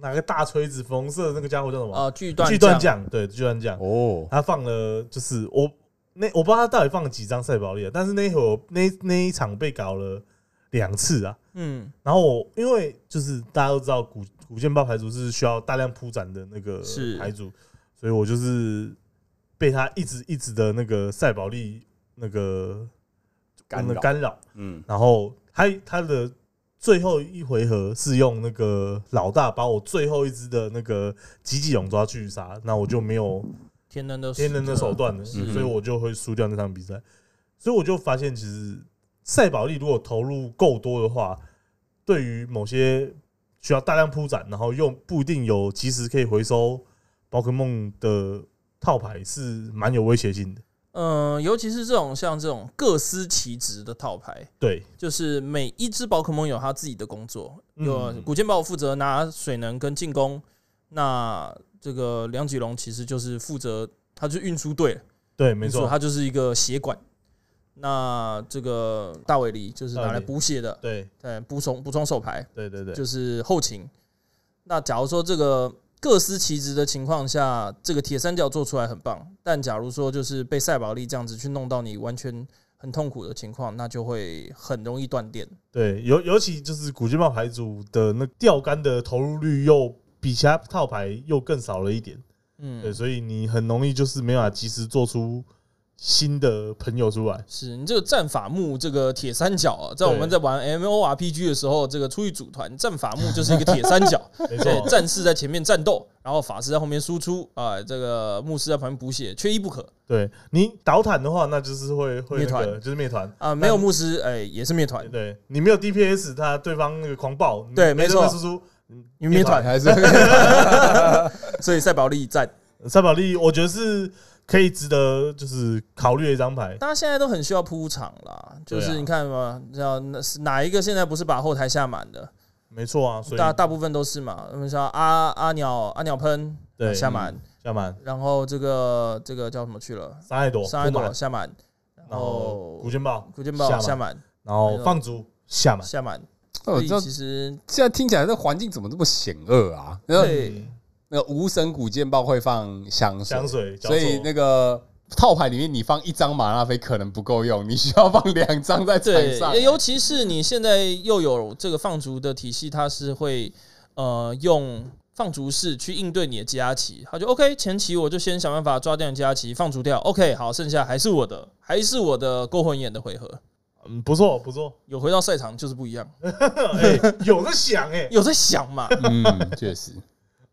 拿个大锤子，粉红色的那个家伙叫什么？啊，锯断锯断将，匠，对，锯断匠。哦，他放了，就是我那我不知道他到底放了几张赛宝利了，但是那一会儿那那一场被搞了两次啊。嗯，然后我因为就是大家都知道古古剑豹牌组是需要大量铺展的那个是牌组，所以我就是被他一直一直的那个赛宝利那个干那扰干扰，嗯，然后他他的最后一回合是用那个老大把我最后一只的那个吉吉龙抓去杀，那我就没有天能的天能的手段的，是嗯所以我就会输掉那场比赛。所以我就发现，其实赛宝利如果投入够多的话，对于某些需要大量铺展，然后又不一定有及时可以回收宝可梦的套牌，是蛮有威胁性的。嗯，尤其是这种像这种各司其职的套牌，对，就是每一只宝可梦有它自己的工作，嗯有古剑豹负责拿水能跟进攻，那这个梁吉龙其实就是负责，他就运输队了，对，没运输错，他就是一个血管。那这个大尾狸就是拿大来尾狸补血的，对，对，补充补充手牌，对对对，就是后勤。那假如说这个各司其职的情况下，这个铁三角做出来很棒，但假如说就是被赛宝利这样子去弄到你完全很痛苦的情况，那就会很容易断电。对，尤尤其就是古巨猫牌组的那钓竿的投入率又比其他套牌又更少了一点。对，嗯，所以你很容易就是没办法及时做出新的朋友出 来。是你这个战法木这个铁三角啊，在对我们在玩 M O R P G 的时候，这个出去组团战法木就是一个铁三 角，没对，错，战士在前面战斗，然后法师在后面输出啊、这个牧师在旁边补血，缺一不可对你倒坦的话，那就是会会灭那个团就是灭团。啊、没有牧师，哎、也是灭团，对你没有 DPS，他对方那个狂暴，你对没错任何输出因为灭团，还是所以赛宝利战。赛宝利，我觉得是可以值得就是考虑的一张牌。大家现在都很需要铺场啦，就对是啊你看嘛，要哪哪一个现在不是把后台下满的？没错啊，所以大大部分都是嘛。我们像阿阿鸟阿鸟喷对嗯下满，下满然后这个这个叫什么去了？三爱朵，上一布朵满下满，哦然后哦古剑豹，古剑豹下下满满然后放逐下满，下满。我所以哦知道其实现在听起来这环境怎么这么险恶啊？那对那个无神古剑豹会放香水嗯香，水，所以角那个套牌里面你放一张马拉菲可能不够用，你需要放两张在场上对，。尤其是你现在又有这个放逐的体系，它是会呃用放逐式去应对你的加棋，他就 OK，前期我就先想办法抓掉你加棋，放逐掉，OK，好，剩下还是我的，还是我的勾魂眼的回合，嗯不错不错，有回到赛场就是不一样，哎， 有在想哎，有在想嘛， 嗯，确实。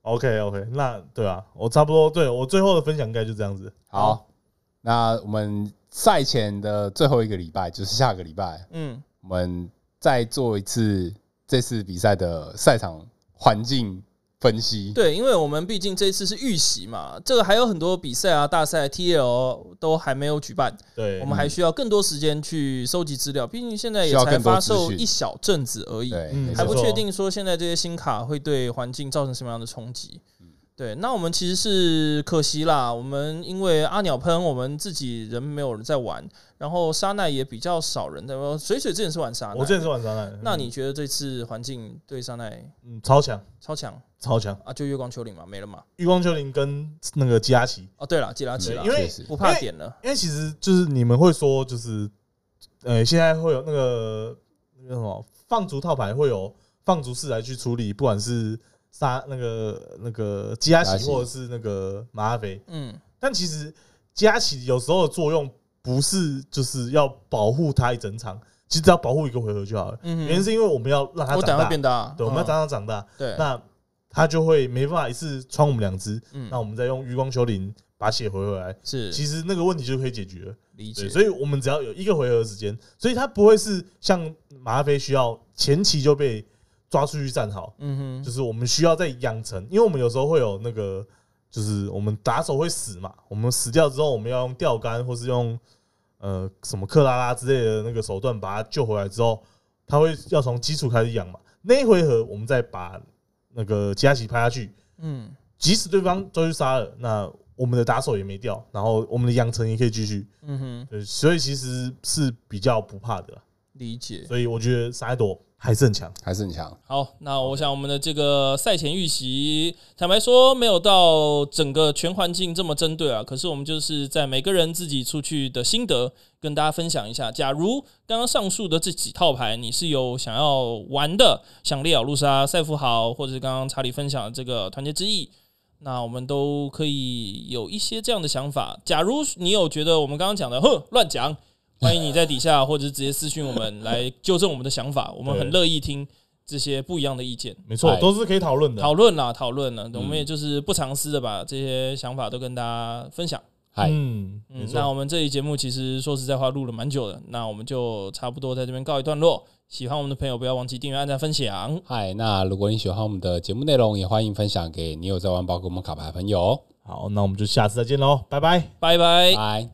OK OK，那对啊，我差不多对我最后的分享应该就这样子。好，那我们赛前的最后一个礼拜，就是下个礼拜，嗯，我们再做一次这次比赛的赛场环境分析。对，因为我们毕竟这一次是预习嘛，这个还有很多比赛啊、大赛、TL 都还没有举办，对，我们还需要更多时间去收集资料，毕竟现在也需要才更多发资售讯一小阵子而已，对，嗯没还错不没错确定说现在这些新卡会对环境造成什么样的冲击。嗯对，那我们其实是可惜啦，我们因为阿鸟喷，我们自己人没有人在玩，然后沙奈也比较少人在玩。水水之前是玩沙我之奈，前是晚上来，那你觉得这次环境对沙奈嗯超强超强超强，啊？就月光丘陵嘛，没了嘛。月光丘陵跟那个基拉奇，哦，对了，吉拉吉对拉因，为确实不怕点了。因为其实就是你们会说就是，呃，现在会有那个那个什么放逐套牌会有放逐式来去处理，不管是杀那个那个基拉基拉奇奇或者是那个马阿菲，嗯，但其实基拉奇有时候的作用不是就是要保护他一整场，其实只要保护一个回合就好了。嗯哼原因是因为我们要让他我等长下大会，变大，对，我们要嗯长长长大，对，那他就会没办法一次穿我们两只，嗯那我们再用余光修灵把血回回来，是其实那个问题就可以解决了。理解对，。所以我们只要有一个回合的时间，所以他不会是像马拉菲需要前期就被抓出去站好，嗯就哼，是我们需要再养成，因为我们有时候会有那个，就是我们打手会死嘛，我们死掉之后，我们要用钓竿或是用呃什么克拉拉之类的那个手段把它救回来之后，他会要从基础开始养嘛。那一回合我们再把那个吉拉奇拍下去，嗯。即使对方都去杀了，那我们的打手也没掉，然后我们的养成也可以继续。嗯哼，对，所以其实是比较不怕的啦，理解。所以我觉得沙埃朵还是很强。还是很强。好，那我想我们的这个赛前预习，坦白说没有到整个全环境这么针对啊。可是我们就是在每个人自己出去的心得跟大家分享一下。假如刚刚上述的这几套牌你是有想要玩的，像烈咬路杀、赛富豪，或者是刚刚查理分享的这个团结之翼，那我们都可以有一些这样的想法。假如你有觉得我们刚刚讲的，哼，乱讲，欢迎你在底下或者是直接私讯我们来纠正我们的想法，我们很乐意听这些不一样的意见。没错哎，都是可以讨论的。讨论啦，讨论啊嗯了，我们也就是不藏私的把这些想法都跟大家分享。嗨，嗯，没嗯，那错，我们这期节目其实说实在话录了蛮久的，那我们就差不多在这边告一段落。喜欢我们的朋友不要忘记订阅、按赞、分享。嗨，那如果你喜欢我们的节目内容，也欢迎分享给你有在玩宝可梦卡牌的朋友哦。好，那我们就下次再见喽，拜拜。哎拜拜。拜。